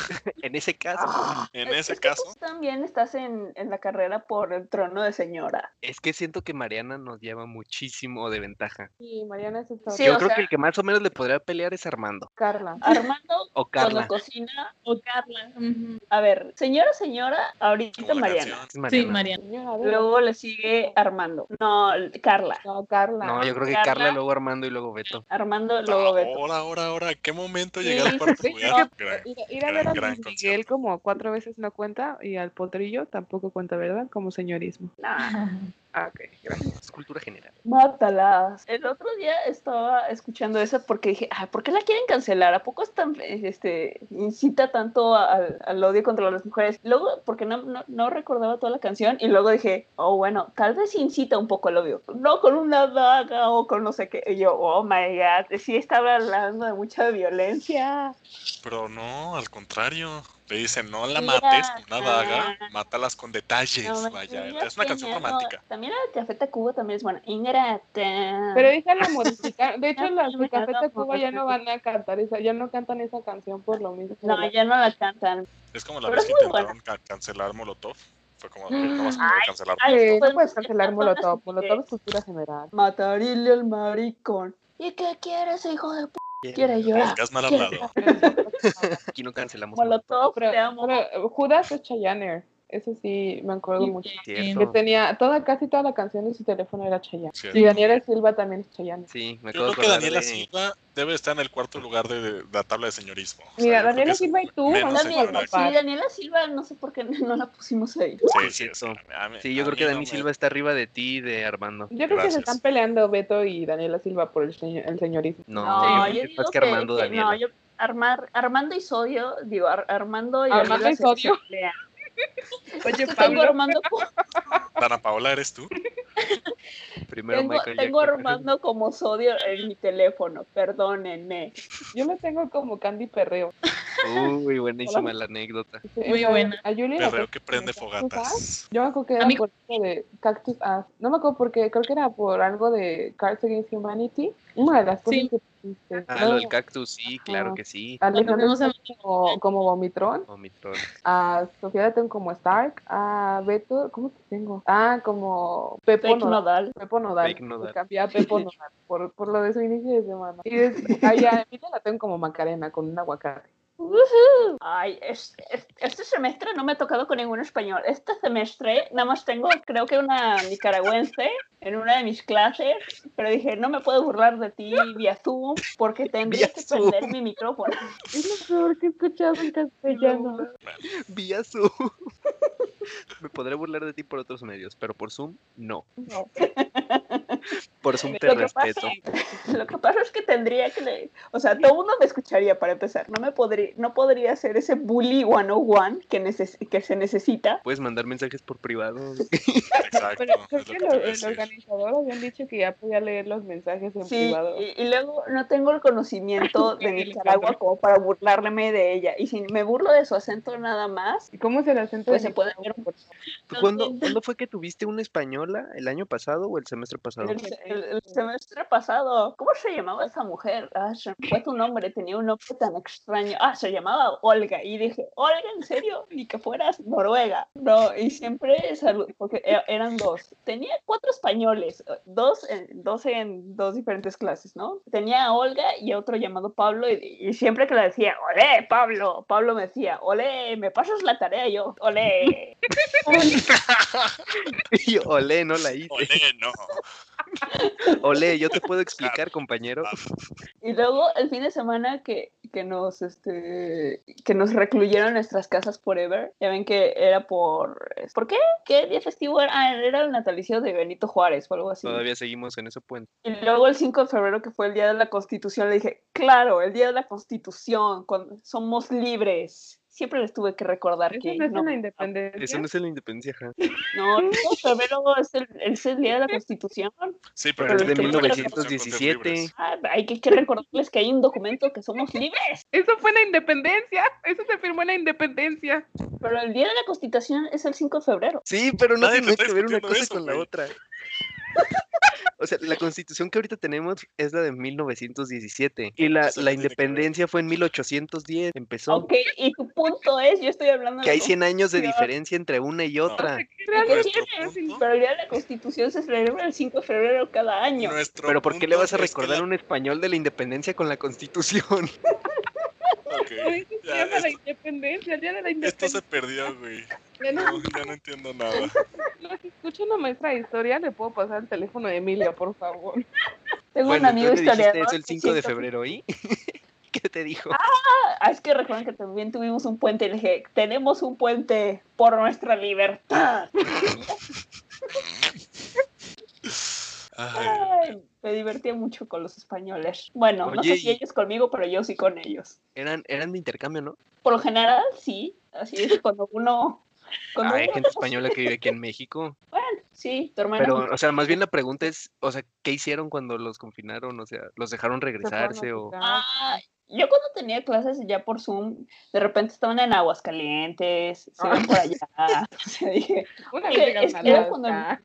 Speaker 8: [LAUGHS] En ese caso,
Speaker 1: [LAUGHS] en
Speaker 5: Es-
Speaker 1: ese
Speaker 5: es que
Speaker 1: caso,
Speaker 5: tú también estás en, en la carrera por el trono de señora.
Speaker 8: es que siento que Mariana nos lleva muchísimo de ventaja.
Speaker 2: Sí, Mariana es esta
Speaker 5: Sí,
Speaker 8: Yo
Speaker 5: o
Speaker 8: creo
Speaker 5: sea-
Speaker 8: que el que más o menos le podría pelear es Armando
Speaker 2: Carla.
Speaker 5: Armando,
Speaker 8: o Carla.
Speaker 5: cuando cocina.
Speaker 7: O Carla. ujú.
Speaker 5: A ver, señora, señora, ahorita
Speaker 1: como la
Speaker 5: Mariana.
Speaker 1: canción.
Speaker 8: Es
Speaker 7: Sí, Mariana.
Speaker 8: Mariana.
Speaker 2: Señora, a ver,
Speaker 5: Luego le sigue Armando. No, Carla.
Speaker 2: No, Carla.
Speaker 8: No, yo creo que
Speaker 5: Carla.
Speaker 8: Carla, luego Armando y luego Beto.
Speaker 5: Armando, luego Beto.
Speaker 1: Ahora, ahora, ahora. ¿Qué momento
Speaker 2: Sí,
Speaker 1: llegué al cuarto
Speaker 2: sí,
Speaker 1: lugar?
Speaker 2: no,
Speaker 1: Gran-
Speaker 2: Ir, ir a
Speaker 1: gran-
Speaker 2: ver a
Speaker 1: gran
Speaker 2: Luis Miguel
Speaker 1: concierto.
Speaker 2: como cuatro veces no cuenta y al potrillo tampoco cuenta, ¿verdad? Como señorismo.
Speaker 5: Nah.
Speaker 2: Ah, ok, gracias.
Speaker 8: Es cultura general.
Speaker 5: Mátalas. El otro día estaba escuchando esa porque dije, ah, ¿por qué la quieren cancelar? ¿A poco es tan, eh, este, incita tanto a- al, al odio contra las mujeres? Luego, porque no, no, no recordaba toda la canción y luego dije, oh, bueno, tal vez incita un poco al odio. No con una daga o con no sé qué. Y yo, oh my God, sí estaba hablando de mucha violencia.
Speaker 1: Pero no, al contrario. Le dicen, no la
Speaker 5: Mira,
Speaker 1: mates con una daga,
Speaker 5: ah.
Speaker 1: mátalas con detalles.
Speaker 5: No, me-
Speaker 1: Vaya,
Speaker 5: niña
Speaker 1: es una canción
Speaker 5: pequeña, no,
Speaker 1: romántica.
Speaker 5: también la de Café Tacuba también es buena. Ingrata.
Speaker 2: Pero esa la modificaron. De hecho,
Speaker 5: Ah. [LAUGHS] No,
Speaker 2: las de
Speaker 5: no,
Speaker 2: Café
Speaker 5: no,
Speaker 2: Tacuba ya no
Speaker 5: no.
Speaker 2: van a cantar esa, ya no cantan esa canción por lo mismo.
Speaker 5: no, ya no la cantan.
Speaker 1: Es como la
Speaker 5: Pero
Speaker 1: vez
Speaker 5: es
Speaker 1: que
Speaker 5: muy Mm.
Speaker 1: intentaron ca- cancelar Molotov. Fue como, de, no vas a
Speaker 7: Ah.
Speaker 1: poder cancelar
Speaker 5: Ay,
Speaker 2: Eh,
Speaker 5: Pues,
Speaker 2: no puedes cancelar
Speaker 5: estas
Speaker 2: Molotov.
Speaker 5: son las
Speaker 2: Molotov es cultura
Speaker 5: [LAUGHS]
Speaker 2: general.
Speaker 5: Matarile al maricón. ¿Y qué quieres, hijo de p? Quiere llorar.
Speaker 1: Podcast mal
Speaker 5: Quiere
Speaker 1: hablado.
Speaker 8: Aquí no cancelamos.
Speaker 5: Molotov,
Speaker 2: Pero,
Speaker 5: te amo.
Speaker 2: pero eh, Judas es Chayanne. Eso sí, me acuerdo
Speaker 7: Sí,
Speaker 2: mucho.
Speaker 8: Cierto.
Speaker 2: Que tenía toda, casi toda la canción de su teléfono era Chayanne.
Speaker 1: Cierto.
Speaker 2: Y Daniela Silva también es Chayanne.
Speaker 8: Sí, me
Speaker 1: Yo
Speaker 8: acabo
Speaker 1: creo que
Speaker 8: de acordar
Speaker 1: Daniela
Speaker 8: de-
Speaker 1: Silva debe estar en el cuarto lugar de, de la tabla de señorismo. O sea,
Speaker 2: Mira,
Speaker 1: yo creo
Speaker 2: Daniela
Speaker 1: que es
Speaker 2: Silva y tú
Speaker 1: menos
Speaker 2: van a
Speaker 5: Daniela-
Speaker 1: señora.
Speaker 5: sí, Daniela Silva, no sé por qué [LAUGHS] no la pusimos
Speaker 1: Sí,
Speaker 5: ahí.
Speaker 8: Sí,
Speaker 1: sí, es que
Speaker 8: cierto.
Speaker 1: a mí-
Speaker 8: Sí, yo
Speaker 1: a
Speaker 8: creo
Speaker 1: mí
Speaker 8: que
Speaker 1: no
Speaker 8: Dani
Speaker 1: me-
Speaker 8: Silva está arriba de ti y de Armando.
Speaker 2: Yo creo que se
Speaker 1: Gracias.
Speaker 2: están peleando Beto y Daniela Silva por el, señor- el señorismo.
Speaker 8: No,
Speaker 5: No,
Speaker 8: yo,
Speaker 5: yo
Speaker 8: creo que más
Speaker 5: digo
Speaker 8: que
Speaker 5: que,
Speaker 8: Armando
Speaker 5: que
Speaker 8: Daniela.
Speaker 5: no, yo Armar, Armando y Sodio, digo, Ar- Armando y
Speaker 2: Armando
Speaker 5: Daniela
Speaker 2: y
Speaker 5: se-
Speaker 2: Sodio.
Speaker 5: se
Speaker 2: [LAUGHS]
Speaker 5: pelean.
Speaker 2: Oye,
Speaker 5: Yo tengo
Speaker 2: Pablo. [LAUGHS]
Speaker 5: Armando como,
Speaker 1: Dana Paola, ¿eres tú?
Speaker 8: Primero
Speaker 5: tengo,
Speaker 8: Michael
Speaker 5: tengo
Speaker 8: Jackson.
Speaker 5: Armando como Sodio en mi teléfono, perdónenme.
Speaker 2: Yo lo tengo como Candy Perreo.
Speaker 8: Uy, buenísima la anécdota.
Speaker 7: Muy buena.
Speaker 2: A Yuli la
Speaker 1: Perreo que prende
Speaker 2: ¿Cactus Ass?
Speaker 1: fogatas.
Speaker 2: Yo me acuerdo que era
Speaker 7: Amigo.
Speaker 2: por algo de Cactus Ass. No me acuerdo porque creo que era por algo de Cards Against Humanity. Una de las cosas
Speaker 7: Sí.
Speaker 2: que pusiste.
Speaker 8: Ah, lo del
Speaker 2: ¿no?
Speaker 8: cactus, sí, claro
Speaker 2: Ajá.
Speaker 8: que sí.
Speaker 2: A Alejandro
Speaker 7: Volvemos a-
Speaker 2: como, como Vomitron,
Speaker 8: Omicron.
Speaker 2: a Sofía Latón como Stark, a Beto, ¿cómo te tengo? Ah, como Pepo
Speaker 5: Fake
Speaker 2: Nodal.
Speaker 5: nodal.
Speaker 2: Pepo Nodal.
Speaker 8: Fake Nodal.
Speaker 2: Le cambié a [LAUGHS] Pepo Nodal por, por lo de su inicio de semana. Y des- ahí a Emilia la tengo como Macarena con un aguacate.
Speaker 5: ¡Woohoo! Ay, es- es- este semestre no me he tocado con ningún español. Este semestre nada más tengo, creo que una nicaragüense en una de mis clases, pero dije, no me puedo burlar de ti vía Zoom porque tendría
Speaker 8: Vía
Speaker 5: que
Speaker 8: Zoom.
Speaker 5: prender mi micrófono.
Speaker 2: [LAUGHS] Es lo peor que he escuchado en castellano.
Speaker 8: Vía Zoom. [LAUGHS] Me podré burlar de ti por otros medios, pero por Zoom no.
Speaker 5: No.
Speaker 8: Por Zoom te
Speaker 5: Lo que, pasa,
Speaker 8: respeto.
Speaker 5: lo que pasa es que tendría que leer. O sea, todo el mundo me escucharía para empezar. No me podría, no podría hacer ese bully one que, neces- que se necesita.
Speaker 8: Puedes mandar mensajes
Speaker 5: [LAUGHS]
Speaker 8: por privado.
Speaker 1: [LAUGHS] Exacto.
Speaker 2: Pero creo
Speaker 1: es lo que te
Speaker 2: que, lo-
Speaker 1: iba a
Speaker 2: el
Speaker 1: decir.
Speaker 2: organizador habían dicho que ya podía leer los mensajes en
Speaker 5: Sí,
Speaker 2: privado.
Speaker 5: y, y luego no tengo
Speaker 2: [LAUGHS]
Speaker 5: el conocimiento de
Speaker 2: Sí,
Speaker 5: Nicaragua
Speaker 2: Alejandro.
Speaker 5: como para burlarme de ella. Y si me burlo de su acento nada más,
Speaker 2: ¿Y cómo se el acento
Speaker 5: Pues
Speaker 2: de
Speaker 5: se puede
Speaker 2: Nicaragua, por favor?
Speaker 8: ¿Tú
Speaker 3: Lo
Speaker 8: ¿Cuándo,
Speaker 3: siento.
Speaker 8: ¿Cuándo fue que tuviste una española? ¿El año pasado o el semestre pasado?
Speaker 5: el, se- el- el semestre pasado, ¿cómo se llamaba esa mujer? Ah, se me fue tu nombre, tenía un nombre tan extraño. Ah, se llamaba Olga. Y dije, Olga, ¿en serio? Ni que fueras Noruega. No, y siempre salud, porque e- eran dos. Tenía cuatro españoles, eh, dos en, dos en dos diferentes clases, ¿no? Tenía a Olga y a otro llamado Pablo, y, y siempre que le decía, ¡Olé, Pablo! Pablo me decía, ¡Olé, me pasas la tarea! Y yo, ¡Olé!
Speaker 8: [LAUGHS] Y yo, Olé, no la hice.
Speaker 1: Olé, no.
Speaker 8: Olé, yo te puedo explicar, compañero.
Speaker 5: Y luego el fin de semana que, que nos este que nos recluyeron en nuestras casas forever, ya ven que era por ¿por qué? ¿Qué día festivo era? Ah, era el natalicio de Benito Juárez o algo así.
Speaker 8: Todavía seguimos en ese puente.
Speaker 5: Y luego el 5 de febrero que fue el día de la Constitución le dije, "Claro, el día de la Constitución, con- somos libres." Siempre les tuve que recordar
Speaker 2: ¿Eso
Speaker 5: que
Speaker 2: no es
Speaker 5: no,
Speaker 2: una independencia?
Speaker 8: Eso no es en la independencia, ajá.
Speaker 5: no, el 5 de febrero es el, es el día de la Constitución.
Speaker 1: Sí,
Speaker 8: Pero
Speaker 1: pero,
Speaker 5: es
Speaker 1: el
Speaker 5: de
Speaker 1: Instituto la Constitución
Speaker 8: 1917.
Speaker 1: con Dios libres.
Speaker 5: Ah, hay que, que recordarles que hay un documento que somos libres.
Speaker 2: Eso fue la independencia. Eso se firmó en la independencia.
Speaker 5: Pero el día de la Constitución es el 5 de febrero.
Speaker 8: Sí, pero no
Speaker 1: Nadie te
Speaker 8: tiene
Speaker 1: está
Speaker 8: que ver una
Speaker 1: discutiendo
Speaker 8: cosa
Speaker 1: eso,
Speaker 8: con la
Speaker 1: güey.
Speaker 8: otra. [LAUGHS] O sea, la constitución que ahorita tenemos es la de 1917 y la,
Speaker 1: Eso no tiene
Speaker 8: la
Speaker 1: que ver.
Speaker 8: independencia fue en 1810, empezó.
Speaker 5: Ok, y tu punto es, yo estoy hablando
Speaker 8: Que
Speaker 5: de
Speaker 8: hay
Speaker 5: la
Speaker 8: 100 años de
Speaker 5: Dios.
Speaker 8: diferencia entre una y otra.
Speaker 5: ¿Qué
Speaker 1: Nuestro
Speaker 5: tienes?
Speaker 1: punto-
Speaker 5: Pero el día de la Constitución se celebra el 5 de febrero cada año.
Speaker 1: Nuestro
Speaker 8: Pero ¿por qué le
Speaker 1: punto
Speaker 8: vas a
Speaker 1: es que
Speaker 8: recordar
Speaker 1: la-
Speaker 8: un español de la independencia con la constitución?
Speaker 1: [LAUGHS] Ok,
Speaker 2: Por eso se
Speaker 1: ya,
Speaker 2: llama
Speaker 1: esto,
Speaker 2: la independencia, el día de la
Speaker 1: esto se
Speaker 2: independencia.
Speaker 1: perdió, güey.
Speaker 2: Ya no-
Speaker 1: No, ya no entiendo nada.
Speaker 2: no, Si escucho una maestra de historia, le puedo pasar el teléfono de Emilia, por favor.
Speaker 5: Tengo un
Speaker 8: Bueno,
Speaker 5: amigo
Speaker 8: tú le dijiste
Speaker 5: historiador.
Speaker 8: eso el
Speaker 5: que
Speaker 8: 5 de
Speaker 5: siento-
Speaker 8: febrero, ¿y? [LAUGHS] ¿Qué te dijo?
Speaker 5: Ah, es que recuerdan que también tuvimos un puente. y Le dije, tenemos un puente por nuestra libertad.
Speaker 1: Ay,
Speaker 5: Ay, me divertía mucho con los españoles. Bueno, no
Speaker 8: Oye,
Speaker 5: sé si
Speaker 8: y-
Speaker 5: ellos conmigo, pero yo sí con ellos.
Speaker 8: Eran, eran de intercambio, ¿no?
Speaker 5: Por lo general, sí. Así es, cuando uno... Cuando
Speaker 8: Ah, hay
Speaker 5: uno-
Speaker 8: gente española que vive aquí en México.
Speaker 5: Sí, tu hermana.
Speaker 8: Pero, o sea, más bien la pregunta es, o sea, ¿qué hicieron cuando los confinaron? O sea, ¿los dejaron regresarse o...?
Speaker 5: Ah, yo cuando tenía clases ya por Zoom, de repente estaban en Aguascalientes, se iban por [LAUGHS] allá. O sea, dije,
Speaker 2: Una
Speaker 5: Ah, ok,
Speaker 2: vez llegaron
Speaker 5: es
Speaker 2: a
Speaker 5: que
Speaker 2: la
Speaker 5: cuando-
Speaker 2: alta.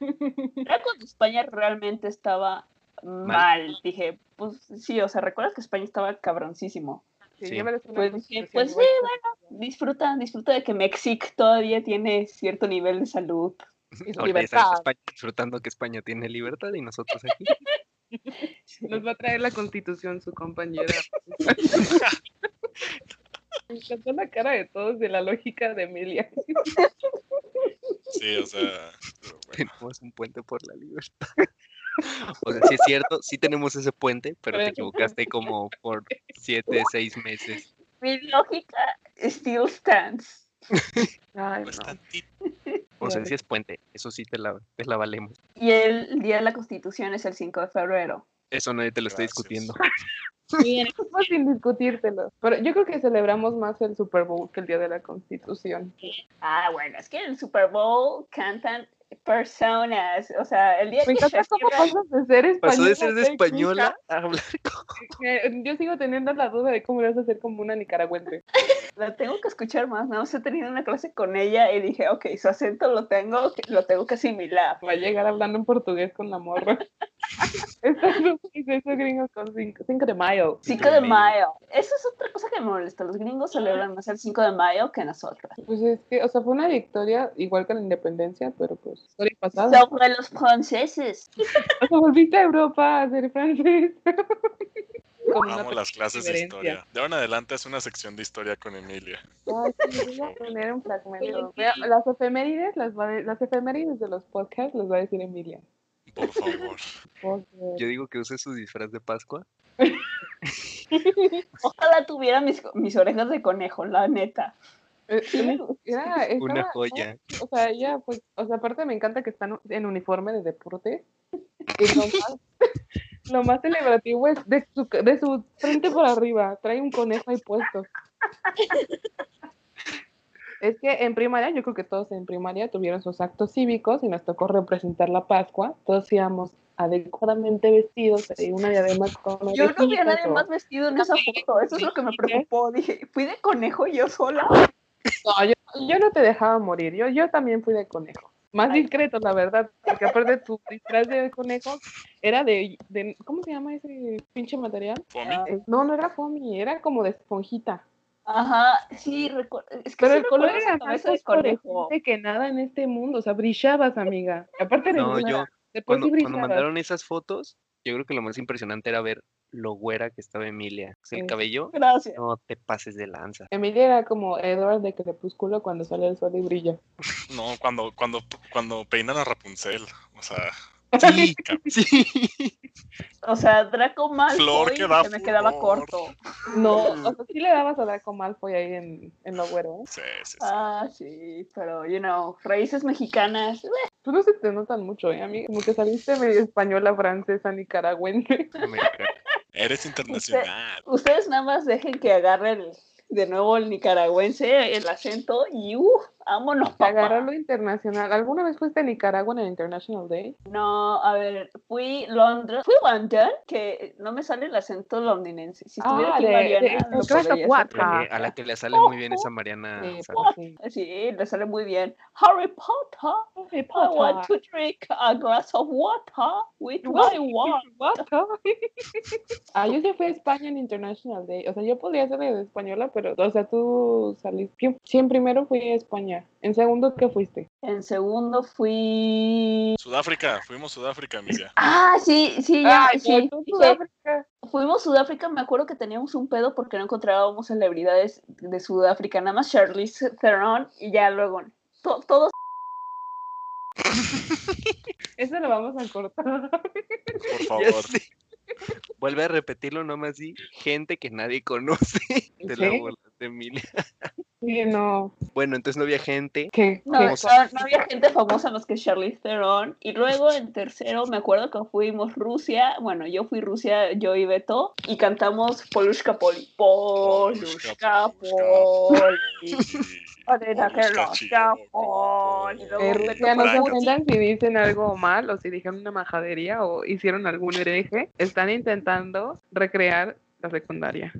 Speaker 5: era cuando España realmente estaba mal. Dije, pues sí, o sea, recuerdas que España estaba cabroncísimo.
Speaker 2: Sí,
Speaker 8: Sí.
Speaker 2: yo me les una
Speaker 5: Pues
Speaker 2: constitución
Speaker 5: dije, pues sí,
Speaker 2: igual. [LAUGHS]
Speaker 5: Disfruta, disfruta de que México todavía tiene cierto nivel de salud.
Speaker 2: Y su
Speaker 8: Ahorita ya sabes,
Speaker 2: libertad.
Speaker 8: España disfrutando que España tiene libertad y nosotros aquí. [LAUGHS]
Speaker 2: Nos va a traer la constitución su [LAUGHS] compañera. Me encantó la cara de todos de la lógica de Emilia.
Speaker 1: sí, o sea. pero bueno.
Speaker 8: tenemos un puente por la libertad. [LAUGHS] O sea, sí es cierto, sí tenemos ese puente, pero te
Speaker 2: Pero-
Speaker 8: equivocaste como por siete, seis meses.
Speaker 5: Mi lógica still stands.
Speaker 2: Ay,
Speaker 1: Pues
Speaker 2: no.
Speaker 1: tantito.
Speaker 8: O sea, sí es puente, eso sí te la, te la valemos.
Speaker 5: Y el día de la Constitución es el 5 de febrero.
Speaker 8: Eso nadie te lo está
Speaker 1: Gracias.
Speaker 8: discutiendo.
Speaker 3: Bien,
Speaker 2: Fue sin discutírtelo. Pero yo creo que celebramos más el Super Bowl que el Día de la Constitución.
Speaker 5: Ah, bueno, es que en el Super Bowl cantan personas. Pues, O sea, el día
Speaker 2: Me
Speaker 5: que
Speaker 2: encanta cómo
Speaker 5: Shakira-
Speaker 2: pasas de ser española.
Speaker 8: Pasó de ser de
Speaker 2: a ser
Speaker 8: española a
Speaker 2: [LAUGHS]
Speaker 8: hablar con...
Speaker 2: gringa. Eh, Yo sigo teniendo la duda de cómo le vas a hacer como una nicaragüense.
Speaker 5: la tengo que escuchar más, ¿no? O sea, he tenido una clase con ella y dije, ok, su acento lo tengo, que- lo tengo que asimilar.
Speaker 2: Va a llegar hablando en portugués con la morra. [LAUGHS] Estos grupos esos gringos con 5 de mayo.
Speaker 5: 5 de
Speaker 8: Tremendo.
Speaker 5: mayo. Eso es otra cosa que me molesta. Los gringos celebran más el 5 de mayo que nosotros.
Speaker 2: Pues es que, o sea, fue una victoria igual que la independencia, pero pues historia pasada.
Speaker 5: Sobre los franceses.
Speaker 2: O sea, volviste a Europa a ser francés. [LAUGHS] con una
Speaker 1: Amo las clases de
Speaker 2: diferencia.
Speaker 1: historia. De ahora en adelante es una sección de historia con Emilia.
Speaker 2: Ay, sí, voy a poner un fragmento. Vea, Las efemérides, las, va a de- las efemérides de los podcasts las va a decir Emilia.
Speaker 1: Por
Speaker 2: [LAUGHS]
Speaker 1: favor.
Speaker 8: Yo digo que use su disfraz de Pascua.
Speaker 5: Ojalá tuviera mis, mis orejas de conejo, la neta.
Speaker 2: Eh,
Speaker 5: Sí.
Speaker 2: Era, estaba-
Speaker 8: [LAUGHS] Una joya.
Speaker 2: O sea, ella, pues, o sea, aparte me encanta que están en uniforme de deporte. Y lo más, [LAUGHS] lo más celebrativo es de su, de su frente por arriba, trae un conejo ahí puesto. [LAUGHS] Es que en primaria, yo creo que todos en primaria tuvieron sus actos cívicos y nos tocó representar la Pascua. Todos íbamos adecuadamente vestidos y una diadema con
Speaker 5: Yo no vi a
Speaker 2: orejitas
Speaker 5: nadie
Speaker 2: o-
Speaker 5: más vestido en esa foto. Eso es lo que
Speaker 2: ¿eh?
Speaker 5: me preocupó. Dije, fui de conejo yo sola.
Speaker 2: No, yo, yo no te dejaba morir. Yo, yo también fui de conejo. Más discreto, la verdad. Porque aparte tu disfraz de conejo era de, de- ¿Cómo se llama ese pinche material?
Speaker 1: Fomi.
Speaker 2: Eh, No, no era foamy, era como de esponjita.
Speaker 5: Ajá, sí, recuerdo. Es que
Speaker 2: Pero
Speaker 5: sí
Speaker 2: el color
Speaker 5: recuerdo esa
Speaker 2: era más
Speaker 5: cabeza de conejo.
Speaker 2: fosforescente que nada en este mundo. O sea, brillabas, amiga. Y Aparte eres
Speaker 8: No,
Speaker 2: güera,
Speaker 8: yo
Speaker 2: Después Pues sí
Speaker 8: cuando, cuando
Speaker 2: brillabas.
Speaker 8: mandaron esas fotos, yo creo que lo más impresionante era ver lo güera que estaba Emilia. O sea,
Speaker 2: Sí.
Speaker 8: El cabello,
Speaker 5: Gracias.
Speaker 8: no te pases de lanza.
Speaker 2: Emilia era como Edward de Crepúsculo cuando sale el sol y brilla.
Speaker 1: No, cuando, cuando, cuando peinan a Rapunzel. O
Speaker 2: [LAUGHS]
Speaker 1: sea,
Speaker 8: Sí, cab- sí.
Speaker 5: O sea, Draco
Speaker 1: Flor
Speaker 5: Malfoy
Speaker 1: que da
Speaker 5: se me quedaba
Speaker 1: furor.
Speaker 5: corto.
Speaker 2: No, o sea, sí le dabas a Draco Malfoy ahí en, en lo güero, ¿eh?
Speaker 1: sí, sí, sí.
Speaker 5: Ah, sí, pero, you know, raíces mexicanas.
Speaker 2: Tú Pues no se te notan mucho, ¿eh, amiga? Como que saliste medio española, francesa, [LAUGHS] nicaragüense.
Speaker 8: Me encanta.
Speaker 1: Eres internacional.
Speaker 5: Ustedes nada más dejen que agarre el- de nuevo el nicaragüense, el acento, y uh, vámonos,
Speaker 2: Te
Speaker 5: papá.
Speaker 2: agarró lo internacional. ¿Alguna vez fuiste a Nicaragua en el International Day?
Speaker 5: No, a ver, fui Londres, fui London, que no me sale el acento londinense. Si estuviera
Speaker 2: Ah,
Speaker 5: aquí
Speaker 2: de-
Speaker 5: Mariana,
Speaker 2: de-
Speaker 5: lo
Speaker 2: de Crash of
Speaker 5: podría
Speaker 2: What?
Speaker 5: hacer.
Speaker 2: Ah.
Speaker 8: Eh, A la que le sale muy bien esa Mariana. Sala.
Speaker 2: Eh, pues sí.
Speaker 5: Sí, le sale muy bien. Harry Potter,
Speaker 2: Harry
Speaker 5: I want
Speaker 2: Potter.
Speaker 5: to drink a glass of water with
Speaker 2: What? [LAUGHS]
Speaker 5: my wine.
Speaker 2: Ah, yo sí fui a España en International Day. O sea, yo podría ser de española, pero, o sea, tú saliste. ¿Quién- Sí, en primero fui a España. En segundo, ¿qué fuiste?
Speaker 5: En segundo fui...
Speaker 1: Sudáfrica, fuimos a Sudáfrica, Emilia.
Speaker 5: Ah, sí, sí, ya,
Speaker 2: Ay, pues,
Speaker 5: sí.
Speaker 2: tú,
Speaker 5: sí.
Speaker 2: Sudáfrica.
Speaker 5: Fuimos a Sudáfrica, me acuerdo que teníamos un pedo porque no encontrábamos celebridades de Sudáfrica, nada más Charlize Theron y ya luego to- todos
Speaker 2: Eso lo vamos a cortar. [LAUGHS]
Speaker 1: Por
Speaker 8: Ya
Speaker 1: favor.
Speaker 8: sé. [LAUGHS] Vuelve a repetirlo nomás y gente que nadie conoce
Speaker 2: [LAUGHS]
Speaker 8: de la
Speaker 2: Sí.
Speaker 8: bola de Emilia.
Speaker 2: Sí, no.
Speaker 8: Bueno, entonces no había gente.
Speaker 2: ¿Qué?
Speaker 5: no,
Speaker 2: ¿Qué?
Speaker 5: no, no había gente famosa más que Charlize Theron y luego en tercero me acuerdo que fuimos Rusia, bueno, yo fui Rusia, yo y Beto y cantamos Polushka Poli, Polushka Poli. Arena que
Speaker 1: Polushka
Speaker 5: los
Speaker 1: chido.
Speaker 5: Japón. Y luego
Speaker 2: Eh,
Speaker 1: Pero
Speaker 5: Beto
Speaker 2: ya no se
Speaker 5: Blanco.
Speaker 2: ofendan si dicen algo mal o si dijeron una majadería o hicieron algún hereje. Están intentando recrear la secundaria.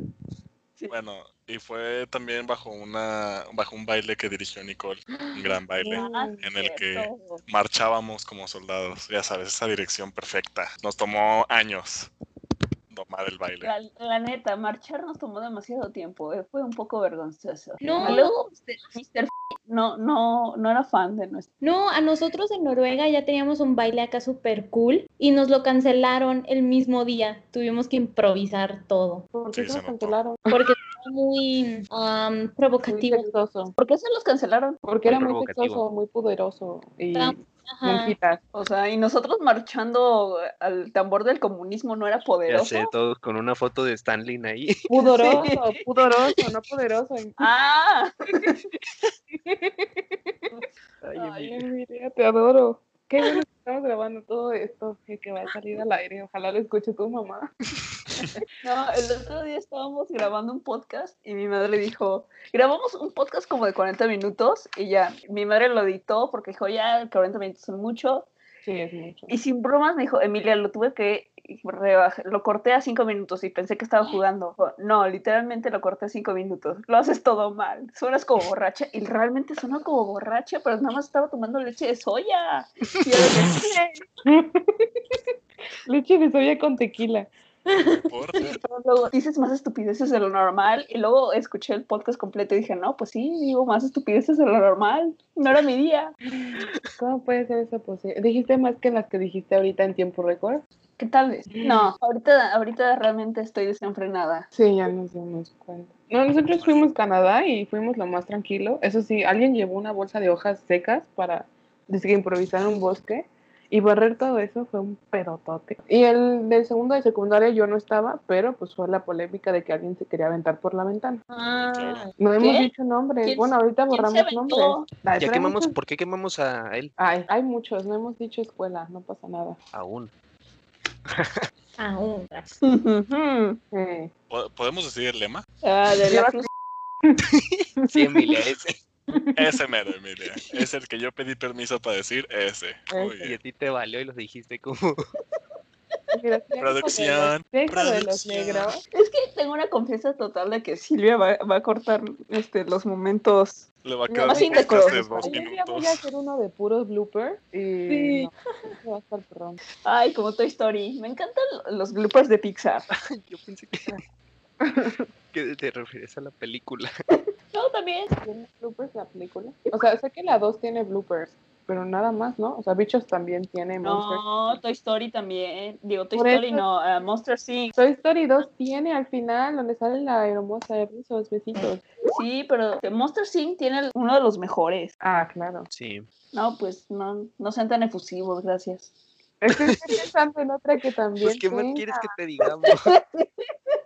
Speaker 1: Bueno, y fue también bajo una, bajo un baile que dirigió Nicole, un gran baile.
Speaker 5: Ah,
Speaker 1: en el que-
Speaker 5: cierto.
Speaker 1: marchábamos como soldados, ya sabes, esa dirección perfecta. Nos tomó años domar el baile.
Speaker 5: La, la neta, marchar nos tomó demasiado tiempo, eh, fue un poco vergonzoso.
Speaker 7: No,
Speaker 5: Y Ah, luego, Mr. F- No, no, no era fan de nuestro.
Speaker 7: No, a nosotros en Noruega ya teníamos un baile acá súper cool y nos lo cancelaron el mismo día. Tuvimos que improvisar todo
Speaker 2: ¿Por
Speaker 1: qué
Speaker 2: qué
Speaker 1: Sí, se
Speaker 2: se
Speaker 1: se lo
Speaker 2: lo
Speaker 1: notó.
Speaker 2: cancelaron? [LAUGHS]
Speaker 7: porque fue muy am,
Speaker 2: Muy
Speaker 7: provocativo.
Speaker 2: sexoso.
Speaker 5: ¿Por qué se los cancelaron?
Speaker 2: Porque
Speaker 8: Muy
Speaker 2: era muy
Speaker 8: provocativo.
Speaker 2: sexoso, muy poderoso y
Speaker 7: Ajá.
Speaker 2: monjitas.
Speaker 5: O sea, y nosotros marchando al tambor del comunismo no era
Speaker 8: Ya
Speaker 5: poderoso.
Speaker 8: sé, todos con una foto de Stanley ahí. [LAUGHS]
Speaker 2: Pudoroso, pudoroso, no poderoso.
Speaker 5: Ah,
Speaker 8: Ay,
Speaker 2: Ay,
Speaker 8: Emilia.
Speaker 2: Emilia, te adoro. Qué bueno que estamos grabando todo esto y que va a salir al aire. Ojalá lo escuche tu mamá.
Speaker 5: no, el otro día estábamos grabando un podcast y mi madre dijo, grabamos un podcast como de 40 minutos y ya, mi madre lo editó porque dijo, ya, 40 minutos son mucho.
Speaker 2: Sí, es mucho. [LAUGHS]
Speaker 5: Y sin bromas me dijo, Emilia, lo tuve que rebajar, lo corté a cinco minutos y pensé que estaba jugando. Dijo, No, literalmente lo corté a cinco minutos. Lo haces todo mal. Suenas como borracha y realmente suena como borracha, pero nada más estaba tomando leche de soya. Y yo de que,
Speaker 2: Leche de soya con tequila.
Speaker 1: Por-
Speaker 5: "Sí", pero luego dices más estupideces de lo normal y luego escuché el podcast completo y dije, no, pues sí, digo más estupideces de lo normal. No era mi día.
Speaker 2: ¿Cómo puede ser eso posible? ¿Dijiste más que las que dijiste ahorita en tiempo récord?
Speaker 5: que tal vez. No, ahorita, ahorita realmente
Speaker 2: [LAUGHS]
Speaker 5: estoy desenfrenada.
Speaker 2: Sí, ya nos dimos cuenta. No, nosotros fuimos a Canadá y fuimos lo más tranquilo. Eso sí, alguien llevó una bolsa de hojas secas para dice que improvisar un bosque y barrer todo eso fue un pedotote. Y el del segundo de secundaria yo no estaba, pero pues fue la polémica de que alguien se quería aventar por la ventana.
Speaker 3: Ah,
Speaker 2: No hemos
Speaker 5: ¿Qué?
Speaker 2: dicho nombres.
Speaker 5: ¿Quién-
Speaker 2: Bueno, ahorita
Speaker 5: quién se
Speaker 2: borramos
Speaker 5: aventó?
Speaker 2: nombres. Ay,
Speaker 8: Ya
Speaker 2: pero
Speaker 8: quemamos,
Speaker 2: muchos-
Speaker 8: ¿por qué quemamos a él
Speaker 2: Ay, hay muchos, no hemos dicho escuela, no pasa nada. [LAUGHS]
Speaker 8: aún?
Speaker 7: aún.
Speaker 2: Sí.
Speaker 1: ¿Po- ¿Podemos decir el lema?
Speaker 5: ah, de la cruz.
Speaker 8: Sí, Emilia, ese.
Speaker 1: Ese mero, Emilia. Es el que yo pedí permiso para decir ese. Muy
Speaker 8: Y a
Speaker 1: bien.
Speaker 8: ti te valió y los dijiste como...
Speaker 2: Mira, sí,
Speaker 1: Producción.
Speaker 2: deja de los
Speaker 1: Producción.
Speaker 2: negros.
Speaker 5: Es que tengo una confianza total de que Silvia va, va a cortar este, los momentos.
Speaker 1: Le va a
Speaker 2: No,
Speaker 1: quedar
Speaker 5: así
Speaker 1: un
Speaker 5: de
Speaker 1: podcast de
Speaker 5: cosas.
Speaker 1: dos
Speaker 2: Algún día voy
Speaker 1: minutos.
Speaker 2: a hacer uno de puros bloopers y
Speaker 5: Sí.
Speaker 2: no, eso va a estar perrón.
Speaker 5: Ay, como Toy Story. Me encantan los bloopers de Pixar.
Speaker 8: Yo pensé que...
Speaker 7: Ah.
Speaker 8: [LAUGHS] que te refieres a la película.
Speaker 5: No, también.
Speaker 2: ¿Tiene bloopers la película? O sea, sé que la 2 tiene bloopers, pero nada más, ¿no? O sea, Bichos también tiene Monster.
Speaker 5: No, Toy Story también. Digo, Toy
Speaker 2: Por
Speaker 5: Story
Speaker 2: eso-
Speaker 5: no, ah, Monster Inc.
Speaker 2: Toy Story 2 tiene al final donde sale la hermosa de esos besitos.
Speaker 5: Sí, pero Monster Inc. tiene uno de los mejores.
Speaker 2: Ah, claro.
Speaker 8: Sí.
Speaker 5: No, pues no, no sean tan efusivos, gracias.
Speaker 1: [LAUGHS]
Speaker 2: Estoy pensando en otra que también.
Speaker 8: Pues, ¿qué más
Speaker 2: tenga.
Speaker 8: quieres que
Speaker 7: Ah.
Speaker 8: te digamos?
Speaker 7: [LAUGHS]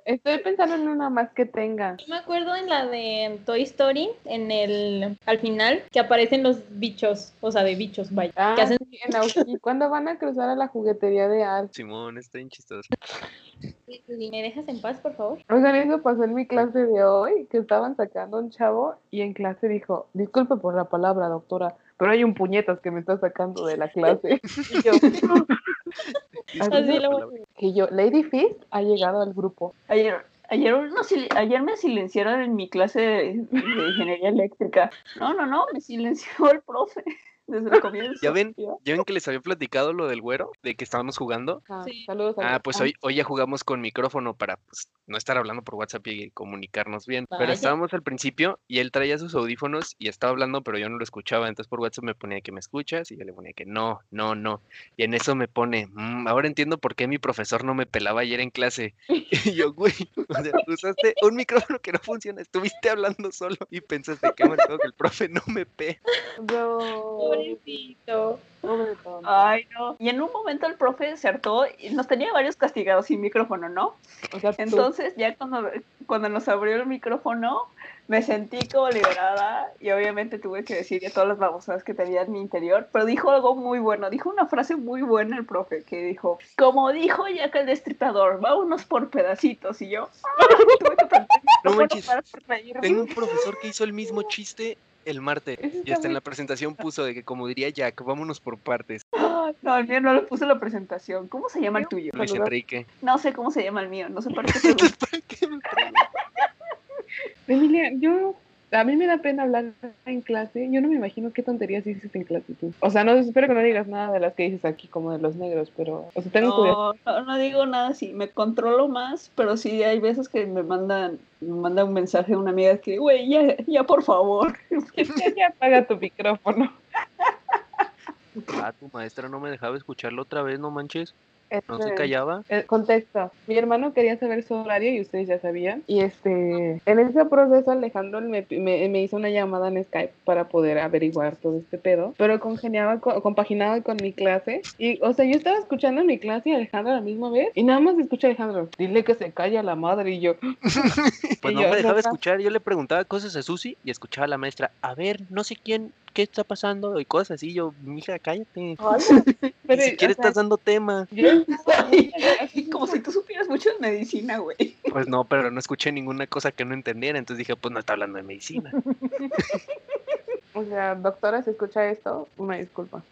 Speaker 2: Estoy pensando en una más que tenga.
Speaker 7: Yo me acuerdo en la de Toy Story, en el al final, que aparecen los bichos, o sea, de bichos, vaya.
Speaker 2: Ah,
Speaker 7: que hacen
Speaker 2: sí, en Aus- ¿Y cuándo van a cruzar a la juguetería de Al?
Speaker 8: Simón, está bien chistoso.
Speaker 7: ¿Me dejas en paz, por favor?
Speaker 2: Oigan, eso pasó en mi clase de hoy, que estaban sacando a un chavo y en clase dijo, disculpe por la palabra, doctora, pero hay un puñetas que me está sacando de la
Speaker 8: [LAUGHS]
Speaker 2: clase. Y yo,
Speaker 8: Disculpa
Speaker 7: Así
Speaker 8: la
Speaker 7: lo voy a
Speaker 8: palabra.
Speaker 2: que yo, Lady Fist ha llegado al grupo.
Speaker 5: Ayer, ayer, uno sil- ayer me silenciaron en mi clase de, de ingeniería eléctrica. No, no, no, me silenció el profe [LAUGHS] desde el comienzo.
Speaker 8: ¿Ya ven?
Speaker 5: Yo,
Speaker 8: ¿Ya ven que les había platicado lo del güero? De que estábamos jugando.
Speaker 2: Ah,
Speaker 7: Sí.
Speaker 2: Saludos a
Speaker 8: Ah, pues hoy, hoy ya jugamos con micrófono para pues, no estar hablando por WhatsApp y comunicarnos bien. Pero
Speaker 7: Vaya.
Speaker 8: estábamos al principio y él traía sus audífonos y estaba hablando, pero yo no lo escuchaba. Entonces por WhatsApp me ponía que me escuchas y yo le ponía que no, no, no. Y en eso me pone, "Mm, ahora entiendo por qué mi profesor no me pelaba ayer en clase. [LAUGHS] Y yo, güey, o sea, usaste un micrófono que no funciona, estuviste hablando solo y pensaste, qué marcado que el profe no me pega.
Speaker 2: No,
Speaker 7: Pobrecito.
Speaker 2: Ah, pobre tonto.
Speaker 5: Ay, no. Y en un momento el profe se hartó y nos tenía varios castigados sin micrófono, ¿no?
Speaker 2: O sea, tú-
Speaker 5: Entonces, ya cuando, cuando nos abrió el micrófono, me sentí como liberada y obviamente tuve que decir ya todas las babosadas que tenía en mi interior, pero dijo algo muy bueno, dijo una frase muy buena el profe, que dijo, como dijo Jack el Destripador, vámonos por pedacitos, y yo, "Ah", tuve que prender el
Speaker 8: No
Speaker 5: micrófono
Speaker 8: manches,
Speaker 5: para reírme.
Speaker 8: Tengo un profesor que hizo el mismo chiste el martes.
Speaker 2: Eso
Speaker 8: Y
Speaker 2: está
Speaker 8: hasta en
Speaker 2: muy-
Speaker 8: la presentación puso de que, como diría Jack, vámonos por partes.
Speaker 5: Ay, No, el mío no lo puse en la presentación, ¿cómo se llama el tuyo?
Speaker 8: Luis
Speaker 2: Saludar.
Speaker 8: Enrique.
Speaker 5: No sé cómo se llama el mío, no sé para qué pregunto.
Speaker 8: ¿Para qué me preguntas?
Speaker 2: Emilia, yo... A mí me da pena hablar en clase. Yo no me imagino qué tonterías dices en clase tú. O sea, no espero que no digas nada de las que dices aquí, como de los negros, pero... O sea, tengo curiosidad.
Speaker 5: No, no, no digo nada así, me controlo más, pero sí hay veces que me mandan, me manda un mensaje una amiga que, güey, ya, ya por favor. [LAUGHS] pues,
Speaker 2: [LAUGHS] Ya apaga tu micrófono.
Speaker 8: Ah, tu maestra no me dejaba escucharlo otra vez, no manches. No se
Speaker 2: Este- [LAUGHS]
Speaker 8: callaba.
Speaker 2: Eh, contexto. Mi hermano quería saber su horario y ustedes ya sabían. Y este, en ese proceso Alejandro me, me- me hizo una llamada en Skype para poder averiguar todo este pedo. Pero congeniaba, co- compaginaba con mi clase. Y, o sea, yo estaba escuchando mi clase y Alejandro a la misma vez. Y nada más escucha a Alejandro, dile que se calla la madre. Y yo,
Speaker 8: Pues
Speaker 2: Y
Speaker 8: no
Speaker 2: yo,
Speaker 8: me dejaba
Speaker 2: "Neta".
Speaker 8: escuchar. Yo le preguntaba cosas a Susi y escuchaba a la maestra. A ver, no sé quién, qué está pasando y cosas así. Yo, mija, cállate. [LAUGHS]
Speaker 2: [LAUGHS] pero,
Speaker 8: Ni siquiera
Speaker 2: o sea,
Speaker 8: estás dando tema.
Speaker 2: yo
Speaker 5: Güey, y como si tú supieras mucho de medicina, güey.
Speaker 8: Pues no, pero no escuché ninguna cosa que no entendiera. Entonces dije, pues no está hablando de medicina.
Speaker 2: [LAUGHS] o sea, doctora, si escucha esto, una disculpa.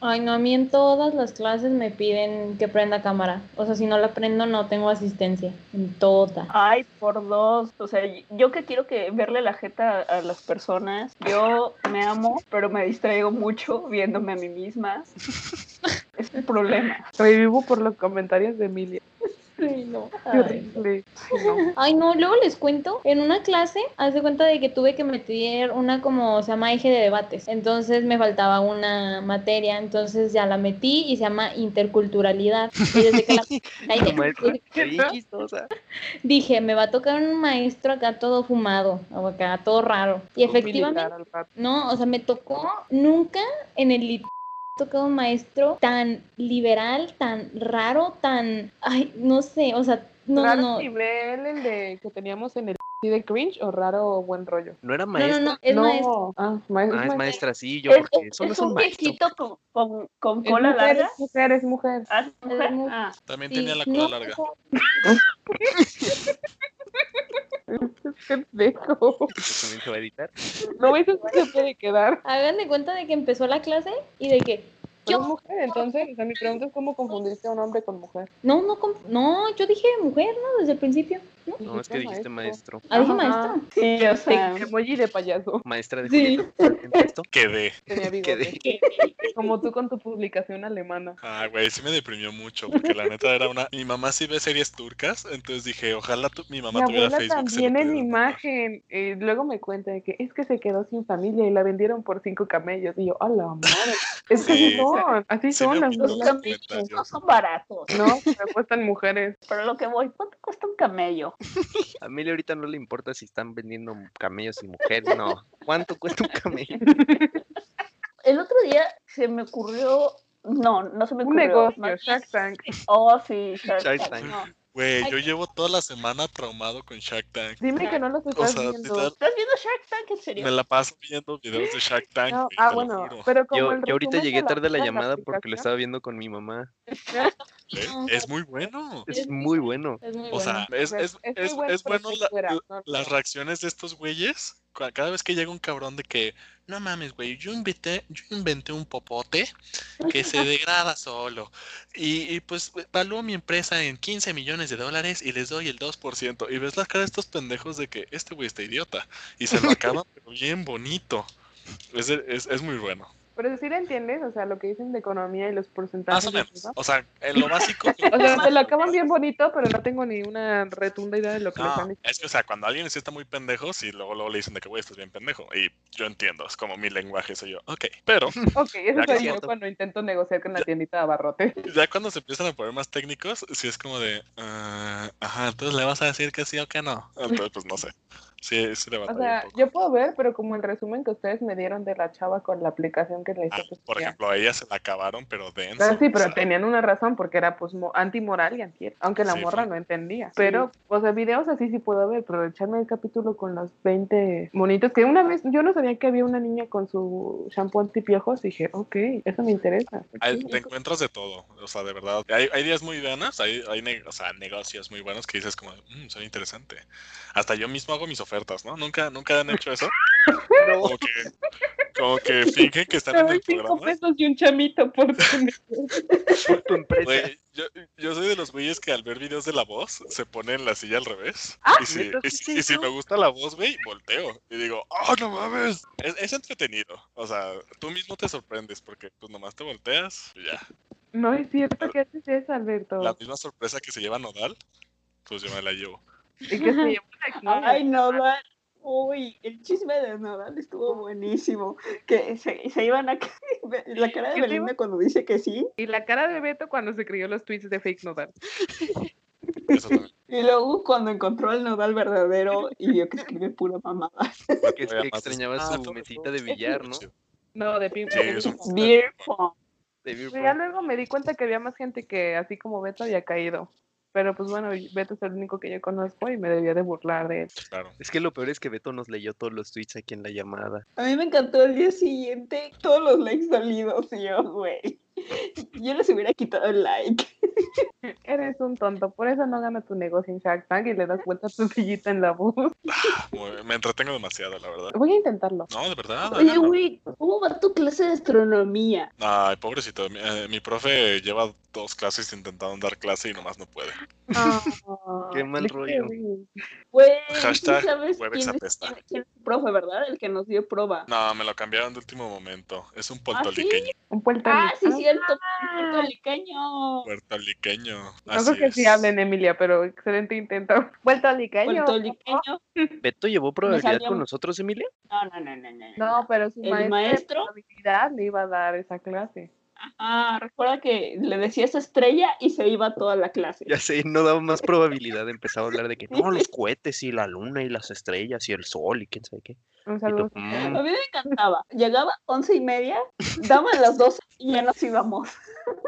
Speaker 7: Ay, no, a mí en todas las clases me piden que prenda cámara. O sea, si no la prendo, no tengo asistencia. En todas.
Speaker 5: Ay, por dos. O sea, yo que quiero que verle la jeta a, a las personas, yo me amo, pero me distraigo mucho viéndome a mí misma. Es un problema.
Speaker 2: Revivo por los comentarios de Emilia.
Speaker 5: Sí.
Speaker 7: no.
Speaker 2: Qué
Speaker 7: Ay.
Speaker 2: horrible. Sí, no.
Speaker 7: Ay, no, luego les cuento, en una clase, hace cuenta de que tuve que meter una como se llama eje de debates, entonces me faltaba una materia, entonces ya la metí y se llama interculturalidad. Y desde que la
Speaker 8: La maestra,
Speaker 2: [LAUGHS]
Speaker 8: bien chistosa.
Speaker 7: dije, me va a tocar un maestro acá todo fumado, o acá todo raro. Y efectivamente,
Speaker 2: Militar al rato.
Speaker 7: no, o sea, me tocó nunca en el lit- tocado un maestro tan liberal, tan raro, tan, ay, no sé, o sea, no,
Speaker 2: raro
Speaker 7: no, no.
Speaker 2: nivel el de que teníamos en el sí de cringe o raro buen rollo.
Speaker 8: No era
Speaker 7: No, no,
Speaker 8: maestra.
Speaker 7: no, es
Speaker 2: no.
Speaker 7: maestro.
Speaker 2: Ah, maestro.
Speaker 8: Ah, es
Speaker 2: maestro.
Speaker 8: maestra, sí, yo,
Speaker 5: Es,
Speaker 8: porque
Speaker 5: es-
Speaker 8: solo
Speaker 5: es
Speaker 8: es un
Speaker 5: un
Speaker 8: maestro.
Speaker 5: viejito con, con, con
Speaker 2: Es
Speaker 5: cola
Speaker 2: mujer,
Speaker 5: larga.
Speaker 2: Es mujer, es mujer. [LAUGHS]
Speaker 5: Ah, ¿es mujer?
Speaker 7: Es mu-
Speaker 5: Ah,
Speaker 1: También
Speaker 7: Sí,
Speaker 1: tenía la cola
Speaker 7: no,
Speaker 1: larga.
Speaker 7: o
Speaker 2: Pendejo.
Speaker 8: que también se va a editar.
Speaker 2: No, eso sí se puede quedar.
Speaker 7: sea, hagan de cuenta de que empezó la clase y de que
Speaker 2: Pero es
Speaker 7: Yo-
Speaker 2: mujer, entonces, o sea, mi pregunta es cómo confundiste a un hombre con mujer.
Speaker 7: no, no, comp- no, yo dije mujer, ¿no? Desde el principio.
Speaker 8: No, es que dijiste maestro.
Speaker 7: Ah, dije
Speaker 2: Ajá.
Speaker 7: maestro. Ah.
Speaker 5: sí, o
Speaker 2: Sí,
Speaker 5: sea.
Speaker 2: emoji de payaso.
Speaker 8: Maestra de
Speaker 7: Sí.
Speaker 8: Julieta. ¿en texto?
Speaker 1: Quedé.
Speaker 8: [LAUGHS]
Speaker 2: Tenía bigote.
Speaker 8: Quedé.
Speaker 2: Como tú con tu publicación alemana.
Speaker 1: Ah, güey, sí me deprimió mucho, porque la neta era una... Mi mamá sí ve series turcas, entonces dije, ojalá tu- mi mamá
Speaker 2: Mi
Speaker 1: tuviera
Speaker 2: abuela
Speaker 1: Facebook. se lo
Speaker 2: también en
Speaker 1: pudiera mandar.
Speaker 2: imagen. eh, luego me cuenta de que es que se quedó sin familia y la vendieron por cinco camellos. Y yo, a
Speaker 1: [LAUGHS]
Speaker 2: la madre. Es que así
Speaker 1: Sí.
Speaker 2: son, así
Speaker 1: Sí,
Speaker 2: son
Speaker 1: me
Speaker 2: las
Speaker 1: acuerdo.
Speaker 5: Los
Speaker 1: Los
Speaker 2: abuelas.
Speaker 5: camellos
Speaker 1: comentarios.
Speaker 5: no son baratos,
Speaker 2: No, me cuestan mujeres.
Speaker 5: pero lo que voy, ¿cuánto cuesta un camello?
Speaker 8: A Mili ahorita no le importa si están vendiendo camellos y mujeres, no. ¿Cuánto cuesta un camello?
Speaker 5: El otro día se me ocurrió, no, no se me
Speaker 2: Un
Speaker 5: ocurrió.
Speaker 2: negocio,
Speaker 5: más
Speaker 2: Shark Tank.
Speaker 5: bien- Oh, sí, Shark
Speaker 8: Shark
Speaker 5: Tank,
Speaker 8: Tank.
Speaker 5: no.
Speaker 1: Güey,
Speaker 5: Ay.
Speaker 1: yo llevo toda la semana traumado con Shark Tank.
Speaker 2: Dime que no los
Speaker 1: O
Speaker 2: estás
Speaker 1: sea,
Speaker 2: viendo.
Speaker 1: literal,
Speaker 5: ¿Estás viendo Shark Tank en serio?
Speaker 1: me la paso viendo videos de Shark Tank,
Speaker 2: No,
Speaker 1: güey,
Speaker 2: ah,
Speaker 1: te
Speaker 2: bueno,
Speaker 1: lo juro.
Speaker 2: pero como
Speaker 8: Yo,
Speaker 2: el
Speaker 8: yo ahorita
Speaker 2: resumen de
Speaker 8: llegué tarde a la
Speaker 2: de
Speaker 8: llamada porque lo
Speaker 2: aplicación,
Speaker 8: estaba viendo con mi mamá.
Speaker 1: ¿eh?
Speaker 2: [LAUGHS]
Speaker 1: Es muy bueno.
Speaker 8: Es muy bueno.
Speaker 7: Es muy
Speaker 1: O sea, es,
Speaker 2: pues,
Speaker 1: es,
Speaker 2: es muy
Speaker 1: es,
Speaker 2: bueno,
Speaker 1: es
Speaker 2: pero
Speaker 1: bueno
Speaker 2: estoy
Speaker 1: la-
Speaker 2: fuera,
Speaker 1: la-
Speaker 2: no,
Speaker 1: las
Speaker 2: no.
Speaker 1: reacciones de estos güeyes. cua- Cada vez que llega un cabrón de que, no mames, güey, yo invité, yo inventé un popote que se
Speaker 2: [LAUGHS]
Speaker 1: degrada solo. Y, y, pues valúo mi empresa en 15 millones de dólares y les doy el 2%. Y ves las caras de estos pendejos de que este güey está idiota. Y
Speaker 2: [LAUGHS]
Speaker 1: se lo acaban pero bien bonito. Es, de- es, es muy bueno.
Speaker 2: Pero si la entiendes, o sea, lo que dicen de economía y los
Speaker 1: Más
Speaker 2: porcentajes.
Speaker 1: o
Speaker 2: de
Speaker 1: menos.
Speaker 2: todo.
Speaker 1: O sea, en lo
Speaker 2: [LAUGHS]
Speaker 1: básico.
Speaker 2: O sea, se lo acaban bien bonito, pero no tengo ni una retunda idea de lo que les
Speaker 1: No,
Speaker 2: han dicho.
Speaker 1: es que, o sea, cuando alguien sí está muy pendejo, sí, luego, luego le dicen de que, güey, estás bien pendejo. Y yo entiendo, es como mi lenguaje, soy yo. Ok, pero [LAUGHS]
Speaker 2: Ok, eso
Speaker 8: Ya que
Speaker 2: soy yo
Speaker 8: siento.
Speaker 2: cuando intento negociar con la tiendita de abarrote.
Speaker 1: ya cuando se empiezan a poner más técnicos, sí es como de, ah, ajá, entonces le vas a decir que sí o que no. Entonces, pues no sé. Sí, sí le
Speaker 2: O
Speaker 1: batalla un
Speaker 2: sea,
Speaker 1: poco.
Speaker 2: yo puedo ver, pero como el resumen que ustedes me dieron de la chava con la aplicación que le hizo.
Speaker 1: Ah,
Speaker 2: pues,
Speaker 1: por
Speaker 2: ya.
Speaker 1: ejemplo, a ella se la acabaron, pero denso.
Speaker 2: Ah, sí,
Speaker 1: o
Speaker 2: pero
Speaker 1: sea,
Speaker 2: tenían una razón porque era pues mo- antimoral y antier, aunque la
Speaker 1: Sí,
Speaker 2: morra
Speaker 1: fue-
Speaker 2: no entendía. Pero, o sea, videos así sí puedo ver, pero echarme el capítulo con los 20 monitos, que una vez yo no sabía que había una niña con su shampoo antipiojos, dije, ok, eso me interesa.
Speaker 1: hay- te encuentras Ah, de todo, o sea, de verdad. Hay, hay días muy buenos, hay, hay ne- o sea, negocios muy buenos que dices como, mmm, son interesante. Hasta yo mismo hago mis ofertas, ¿no? Nunca, nunca han hecho
Speaker 8: [LAUGHS]
Speaker 1: eso. Como que, como que fingen que están en
Speaker 2: Pero
Speaker 1: el
Speaker 2: cinco
Speaker 1: programa. ¿eh?
Speaker 2: pesos y un chamito por [LAUGHS] tener-
Speaker 8: Por tu empresa.
Speaker 1: Güey, yo, yo soy de los güeyes que al ver videos de la voz se pone en la silla al revés. y si,
Speaker 8: Ah, ¿neta
Speaker 1: y
Speaker 8: sí
Speaker 1: si-
Speaker 8: se
Speaker 1: y si
Speaker 8: hizo?
Speaker 1: me gusta la voz, güey, volteo. Y digo, ¡oh, no mames! Es, es entretenido. O sea, tú mismo te sorprendes porque pues nomás te volteas y ya.
Speaker 2: No es cierto que haces eso, Alberto.
Speaker 1: La misma sorpresa que se lleva Nodal, pues yo me la llevo.
Speaker 2: Y que se llevó [LAUGHS] la novia.
Speaker 5: Ay, Nodal. Uy, el chisme de Nodal estuvo buenísimo. Que se, se iban a. [LAUGHS] La cara de
Speaker 2: Que se
Speaker 5: Belinda cuando dice que sí.
Speaker 2: Y la cara de Beto cuando se creyó los tweets de fake nodal.
Speaker 1: Eso también.
Speaker 5: Y luego cuando encontró al Nodal verdadero y vio que escribe pura mamada.
Speaker 8: Que [LAUGHS] es
Speaker 1: Voy a
Speaker 8: que
Speaker 1: más
Speaker 8: extrañaba
Speaker 1: despacio,
Speaker 8: su
Speaker 1: por
Speaker 8: mesita
Speaker 1: favor.
Speaker 8: de billar, ¿no?
Speaker 1: Ah, Sí,
Speaker 2: No, de ping
Speaker 1: Sí, es un-
Speaker 5: Beer pong.
Speaker 8: De beer
Speaker 2: Pues Ya
Speaker 8: pong.
Speaker 2: luego me di cuenta que había más gente que así como Beto había caído. Pero pues bueno, Beto es el único que yo conozco y me debía de burlar de él.
Speaker 1: claro.
Speaker 8: Es que lo peor es que Beto nos leyó todos los tweets aquí en la llamada.
Speaker 5: A mí me encantó el día siguiente todos los likes dolidos. Y yo, güey. Yo les hubiera quitado el like.
Speaker 2: Eres un tonto, por eso no gana tu negocio en Shark Tank y le das vuelta a tu sillita en la voz.
Speaker 1: ah, Muy- me entretengo demasiado, la verdad.
Speaker 2: Voy a intentarlo.
Speaker 1: No, de verdad.
Speaker 5: Oye,
Speaker 1: háganlo.
Speaker 5: güey, ¿cómo va tu clase de astronomía?
Speaker 1: Ay, pobrecito. Mi, eh, mi profe lleva dos clases intentaron dar clase y nomás no puede.
Speaker 8: Qué mal rollo.
Speaker 5: Güey, ¿sí
Speaker 1: Hashtag
Speaker 5: sabes quién
Speaker 1: Webex
Speaker 5: es,
Speaker 1: apesta.
Speaker 5: quién es el profe, ¿verdad? El que nos dio prueba.
Speaker 1: No, me lo cambiaron de último momento. Es un
Speaker 5: ¿Ah, sí?
Speaker 1: puertorriqueño.
Speaker 2: Un puerto
Speaker 5: Ah, sí,
Speaker 2: riqueño.
Speaker 5: cierto. Puertolicaño.
Speaker 1: Puertorriqueño.
Speaker 2: No creo que sí hablen, Emilia, pero excelente intento. Vuelta licaño.
Speaker 5: Puertolicaño.
Speaker 8: ¿Beto llevó probabilidad
Speaker 5: salió-
Speaker 8: con nosotros, Emilia?
Speaker 5: No, no, no, no, no.
Speaker 2: No, pero su
Speaker 5: ¿El
Speaker 2: maestra de
Speaker 5: maestro?
Speaker 2: probabilidad le iba a dar esa clase.
Speaker 5: Ah, recuerda que le decías estrella y se iba toda la clase.
Speaker 8: Ya sé, no daba más probabilidad. Empezaba a hablar de que no, los cohetes y la luna y las estrellas y el sol y quién sabe qué.
Speaker 2: Un
Speaker 8: Y
Speaker 2: saludo.
Speaker 8: tú, mm,
Speaker 5: A mí me encantaba. Llegaba once y media, daban las dos y ya nos íbamos.
Speaker 1: [LAUGHS]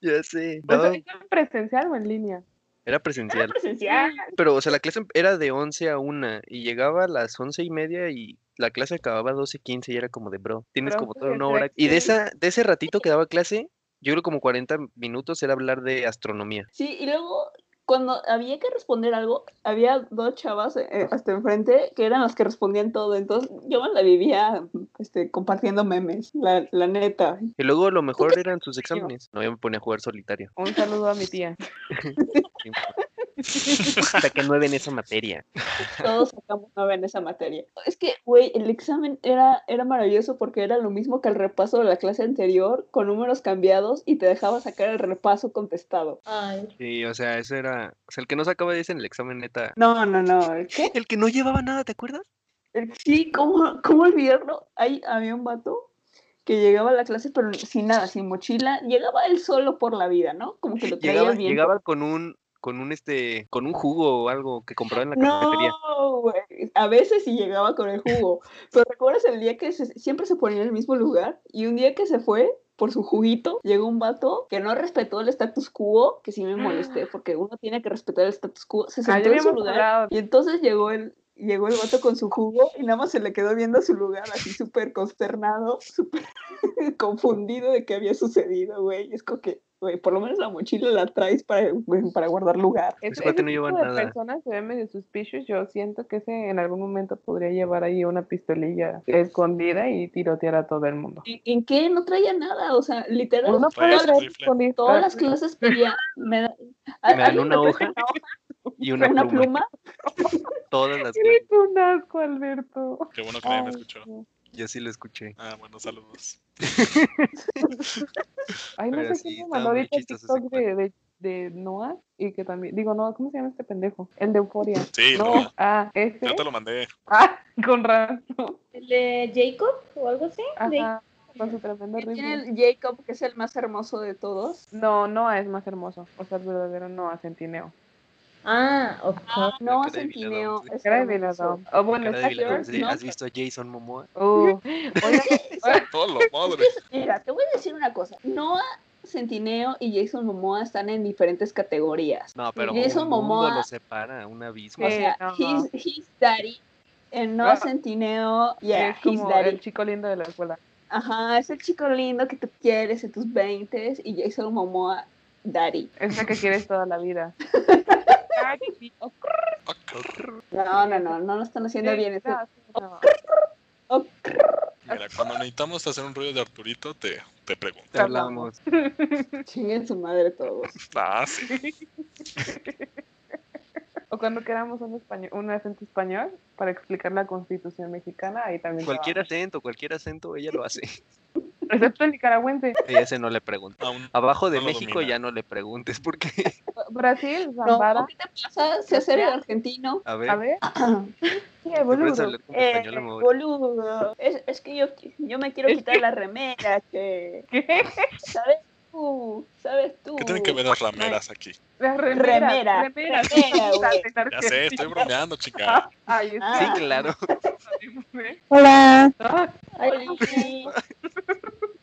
Speaker 8: ya sé.
Speaker 2: Pues,
Speaker 8: daba-
Speaker 2: ¿es en presencial o en línea?
Speaker 8: Era presencial.
Speaker 5: Presencial.
Speaker 8: [LAUGHS] Pero, o sea, la clase em- era de 11 a 1 y llegaba a las 11 y media y la clase acababa a 12 y 15 y era como de bro, tienes
Speaker 2: Bro,
Speaker 8: como
Speaker 2: pues,
Speaker 8: toda una
Speaker 2: entre
Speaker 8: hora. Y de, esa, de ese ratito que daba clase, yo creo como 40 minutos era hablar de astronomía.
Speaker 5: Sí, y luego cuando había que responder algo, había dos chavas eh, hasta enfrente que eran las que respondían todo. Entonces yo me la vivía este, compartiendo memes, la, la neta.
Speaker 8: Y luego lo mejor eran sus exámenes. No, yo me ponía a jugar solitario.
Speaker 2: Un saludo a mi tía.
Speaker 8: Hasta que 9 en esa materia.
Speaker 5: Todos sacamos nueve en esa materia. Es que, güey, el examen era, era maravilloso porque era lo mismo que el repaso de la clase anterior, con números cambiados y te dejaba sacar el repaso contestado.
Speaker 7: Ay,
Speaker 8: Sí, o sea, eso era. O sea, el que no sacaba 10 en el examen, neta.
Speaker 5: No, no, no. ¿Qué?
Speaker 8: El que no llevaba nada, ¿te acuerdas?
Speaker 5: Sí, ¿cómo, cómo olvidarlo? Ahí había un vato que llegaba a la clase, pero sin nada, sin mochila. Llegaba él solo por la vida, ¿no? Como que lo traía
Speaker 8: Llegaba,
Speaker 5: bien.
Speaker 8: llegaba con un con un este con un jugo o algo que compraba en la cafetería.
Speaker 5: No, güey. A veces sí llegaba con el jugo. pero ¿recuerdas el día que se- siempre se ponía en el mismo lugar? Y un día que se fue por su juguito, llegó un vato que no respetó el status quo, que sí me
Speaker 8: Ah.
Speaker 5: molesté, porque uno tiene que respetar el status quo. Se
Speaker 2: Ah, ya
Speaker 5: sentó en su
Speaker 2: habíamos
Speaker 5: lugar
Speaker 2: hablado.
Speaker 5: Y entonces llegó el, llegó el vato con su jugo y nada más se le quedó viendo a su lugar, así súper consternado, súper [LAUGHS] confundido de qué había sucedido, güey. Es como que, güey, por lo menos la mochila la traes para, güey, para guardar lugar.
Speaker 2: Ese, ese
Speaker 8: cuate no
Speaker 2: tipo
Speaker 8: lleva
Speaker 2: de
Speaker 8: nada.
Speaker 2: personas se ven medio suspicious. Yo siento que ese en algún momento podría llevar ahí una pistolilla escondida y tirotear a todo el mundo.
Speaker 5: ¿En, en qué? No traía nada, o sea, literal.
Speaker 2: Uno
Speaker 1: traía
Speaker 2: puede
Speaker 1: su
Speaker 2: traer
Speaker 1: rifle.
Speaker 2: con
Speaker 5: Todas las clases pedía, me, da-
Speaker 8: dan
Speaker 5: Ah, ¿alguien
Speaker 8: una
Speaker 5: me
Speaker 8: hoja
Speaker 5: presta una hoja,
Speaker 8: [LAUGHS] Y una,
Speaker 5: una
Speaker 8: pluma.
Speaker 5: pluma?
Speaker 8: Todas las clases.
Speaker 2: Eres un asco, Alberto.
Speaker 1: [LAUGHS] Qué bueno que nadie me escuchó.
Speaker 8: Yo sí lo escuché.
Speaker 1: Ah, bueno, saludos.
Speaker 2: Ay, no
Speaker 8: Pero
Speaker 2: sé
Speaker 8: sí,
Speaker 2: quién me
Speaker 8: estaba
Speaker 2: mandó
Speaker 8: muy
Speaker 2: ahorita el
Speaker 8: chistoso
Speaker 2: TikTok
Speaker 8: ese
Speaker 2: de, de, de Noah y que también. Digo, no, ¿cómo se llama este pendejo? El de Euforia.
Speaker 1: Sí,
Speaker 2: no,
Speaker 1: no,
Speaker 2: ah, ese.
Speaker 1: yo te lo mandé.
Speaker 2: [LAUGHS] Ah, con razón.
Speaker 7: ¿el de Jacob o algo así?
Speaker 2: Ajá, con su tremendo
Speaker 5: Que Tiene
Speaker 2: rifle.
Speaker 5: el Jacob, que es el más hermoso de todos.
Speaker 2: No, Noah es más hermoso. O sea, el verdadero Noah Centineo.
Speaker 7: Ah, of course.
Speaker 5: No,
Speaker 8: cara de
Speaker 5: Centineo.
Speaker 8: Villalobos.
Speaker 5: es
Speaker 2: Era de
Speaker 5: hermoso. [LAUGHS]
Speaker 2: Vinodome. Oh, bueno,
Speaker 8: Cara de
Speaker 2: está
Speaker 8: Vila
Speaker 2: George,
Speaker 8: Dulce,
Speaker 2: ¿no?
Speaker 8: ¿Has visto a Jason Momoa?
Speaker 2: Uh,
Speaker 5: [LAUGHS]
Speaker 2: oigan,
Speaker 1: Todo lo madre.
Speaker 5: Mira, te voy a decir una cosa. Noah Centineo y Jason Momoa están en diferentes categorías.
Speaker 8: No, pero
Speaker 5: Jason
Speaker 8: un mundo
Speaker 5: Momoa.
Speaker 8: lo separa, un abismo.
Speaker 5: O
Speaker 2: Sí,
Speaker 5: sea,
Speaker 2: no.
Speaker 5: his, his daddy. En
Speaker 2: Ah.
Speaker 5: Noah Centineo, yeah,
Speaker 2: es
Speaker 5: his
Speaker 2: como
Speaker 5: daddy.
Speaker 2: el chico lindo de la escuela.
Speaker 5: Ajá, ese chico lindo que tú quieres en tus 20 y Jason Momoa, daddy.
Speaker 2: Es el que quieres toda la [LAUGHS] vida. Ay, Ah, sí, ok,
Speaker 1: Ah,
Speaker 5: No, no, no, no lo están haciendo bien. este-
Speaker 2: eh, no, sí, [LAUGHS] no.
Speaker 1: Mira, cuando necesitamos hacer un rollo de Arturito, te, te pregunto.
Speaker 8: Te hablamos.
Speaker 5: Chinguen su madre todos.
Speaker 1: Ah, sí.
Speaker 2: O cuando queramos un, español, un acento español para explicar la constitución mexicana, ahí también.
Speaker 8: Cualquier acento, cualquier acento, ella lo hace. [LAUGHS]
Speaker 2: trabaja. Excepto el nicaragüense.
Speaker 8: Ella ese no le pregunta.
Speaker 1: Aún
Speaker 8: Abajo de
Speaker 1: No lo
Speaker 8: México
Speaker 1: domina.
Speaker 8: ya no le preguntes porque, [LAUGHS]
Speaker 2: Brasil,
Speaker 5: No,
Speaker 2: Zambara.
Speaker 5: ¿qué te pasa? Se hace el argentino.
Speaker 8: a ver,
Speaker 2: A ver. Sí,
Speaker 8: siempre
Speaker 2: boludo.
Speaker 8: sale como
Speaker 5: Eh,
Speaker 8: español, amor.
Speaker 5: boludo, es, es que yo, yo me quiero quitar la remera, que
Speaker 2: ¿Qué?
Speaker 5: ¿sabes tú? ¿Sabes tú?
Speaker 1: ¿Qué tienen que ver las rameras aquí?
Speaker 2: Las
Speaker 5: Remera,
Speaker 2: remeras. Remeras. sí,
Speaker 5: remera,
Speaker 2: sí,
Speaker 5: güey.
Speaker 2: sí,
Speaker 1: Ya sé, estoy bromeando, chica.
Speaker 2: [LAUGHS] Ah, Ahí está.
Speaker 8: Sí, claro. [LAUGHS]
Speaker 9: Hola.
Speaker 2: ¿eh? Ah,
Speaker 5: Oli,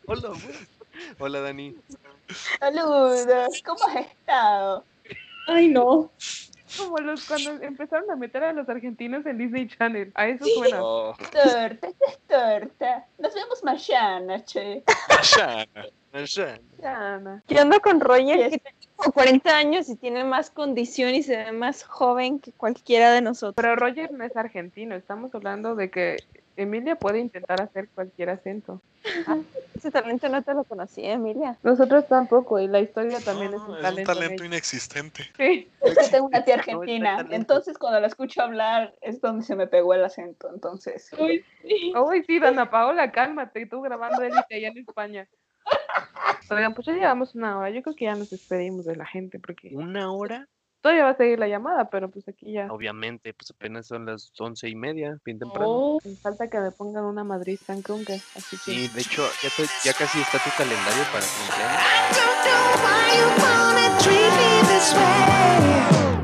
Speaker 8: Hola, amor. Hola, Dani.
Speaker 5: Saludos, ¿cómo has estado?
Speaker 7: Ay, no.
Speaker 2: como los cuando empezaron a meter a los argentinos en Disney Channel. A eso suena.
Speaker 8: Oh,
Speaker 5: Torta, esta es torta. Nos vemos mañana, che.
Speaker 1: Shana.
Speaker 8: Masha.
Speaker 2: Chana.
Speaker 9: Yo ando con Roger, que
Speaker 5: Sí,
Speaker 9: tiene como 40 años y tiene más condición y se ve más joven que cualquiera de nosotros.
Speaker 2: Pero Roger no es argentino. Estamos hablando de que Emilia puede intentar hacer cualquier acento.
Speaker 9: Ese talento no te lo conocía, Emilia.
Speaker 2: Nosotros tampoco, y la historia
Speaker 1: No,
Speaker 2: también es
Speaker 1: no,
Speaker 2: un
Speaker 1: es
Speaker 2: talento. de
Speaker 1: inexistente.
Speaker 5: Sí, es que tengo una tía
Speaker 8: No, está
Speaker 5: argentina.
Speaker 8: talento.
Speaker 5: Entonces, cuando la escucho hablar, es donde se me pegó el acento. Entonces,
Speaker 2: ellos. Uy, sí, Dana Paola, cálmate, tú grabando élite allá en España. Oigan, pues ya llevamos una hora. Yo creo que ya nos despedimos de la gente porque
Speaker 8: Una hora,
Speaker 2: todavía va a seguir la llamada, pero pues aquí ya.
Speaker 8: obviamente, pues apenas son las once y media, bien temprano.
Speaker 2: Oh, me falta que me pongan una Madrid tan conca. Así que.
Speaker 8: Y de hecho, ya, estoy- ya casi está tu calendario para cumpleaños.
Speaker 10: don't know why you wanna treat me this way.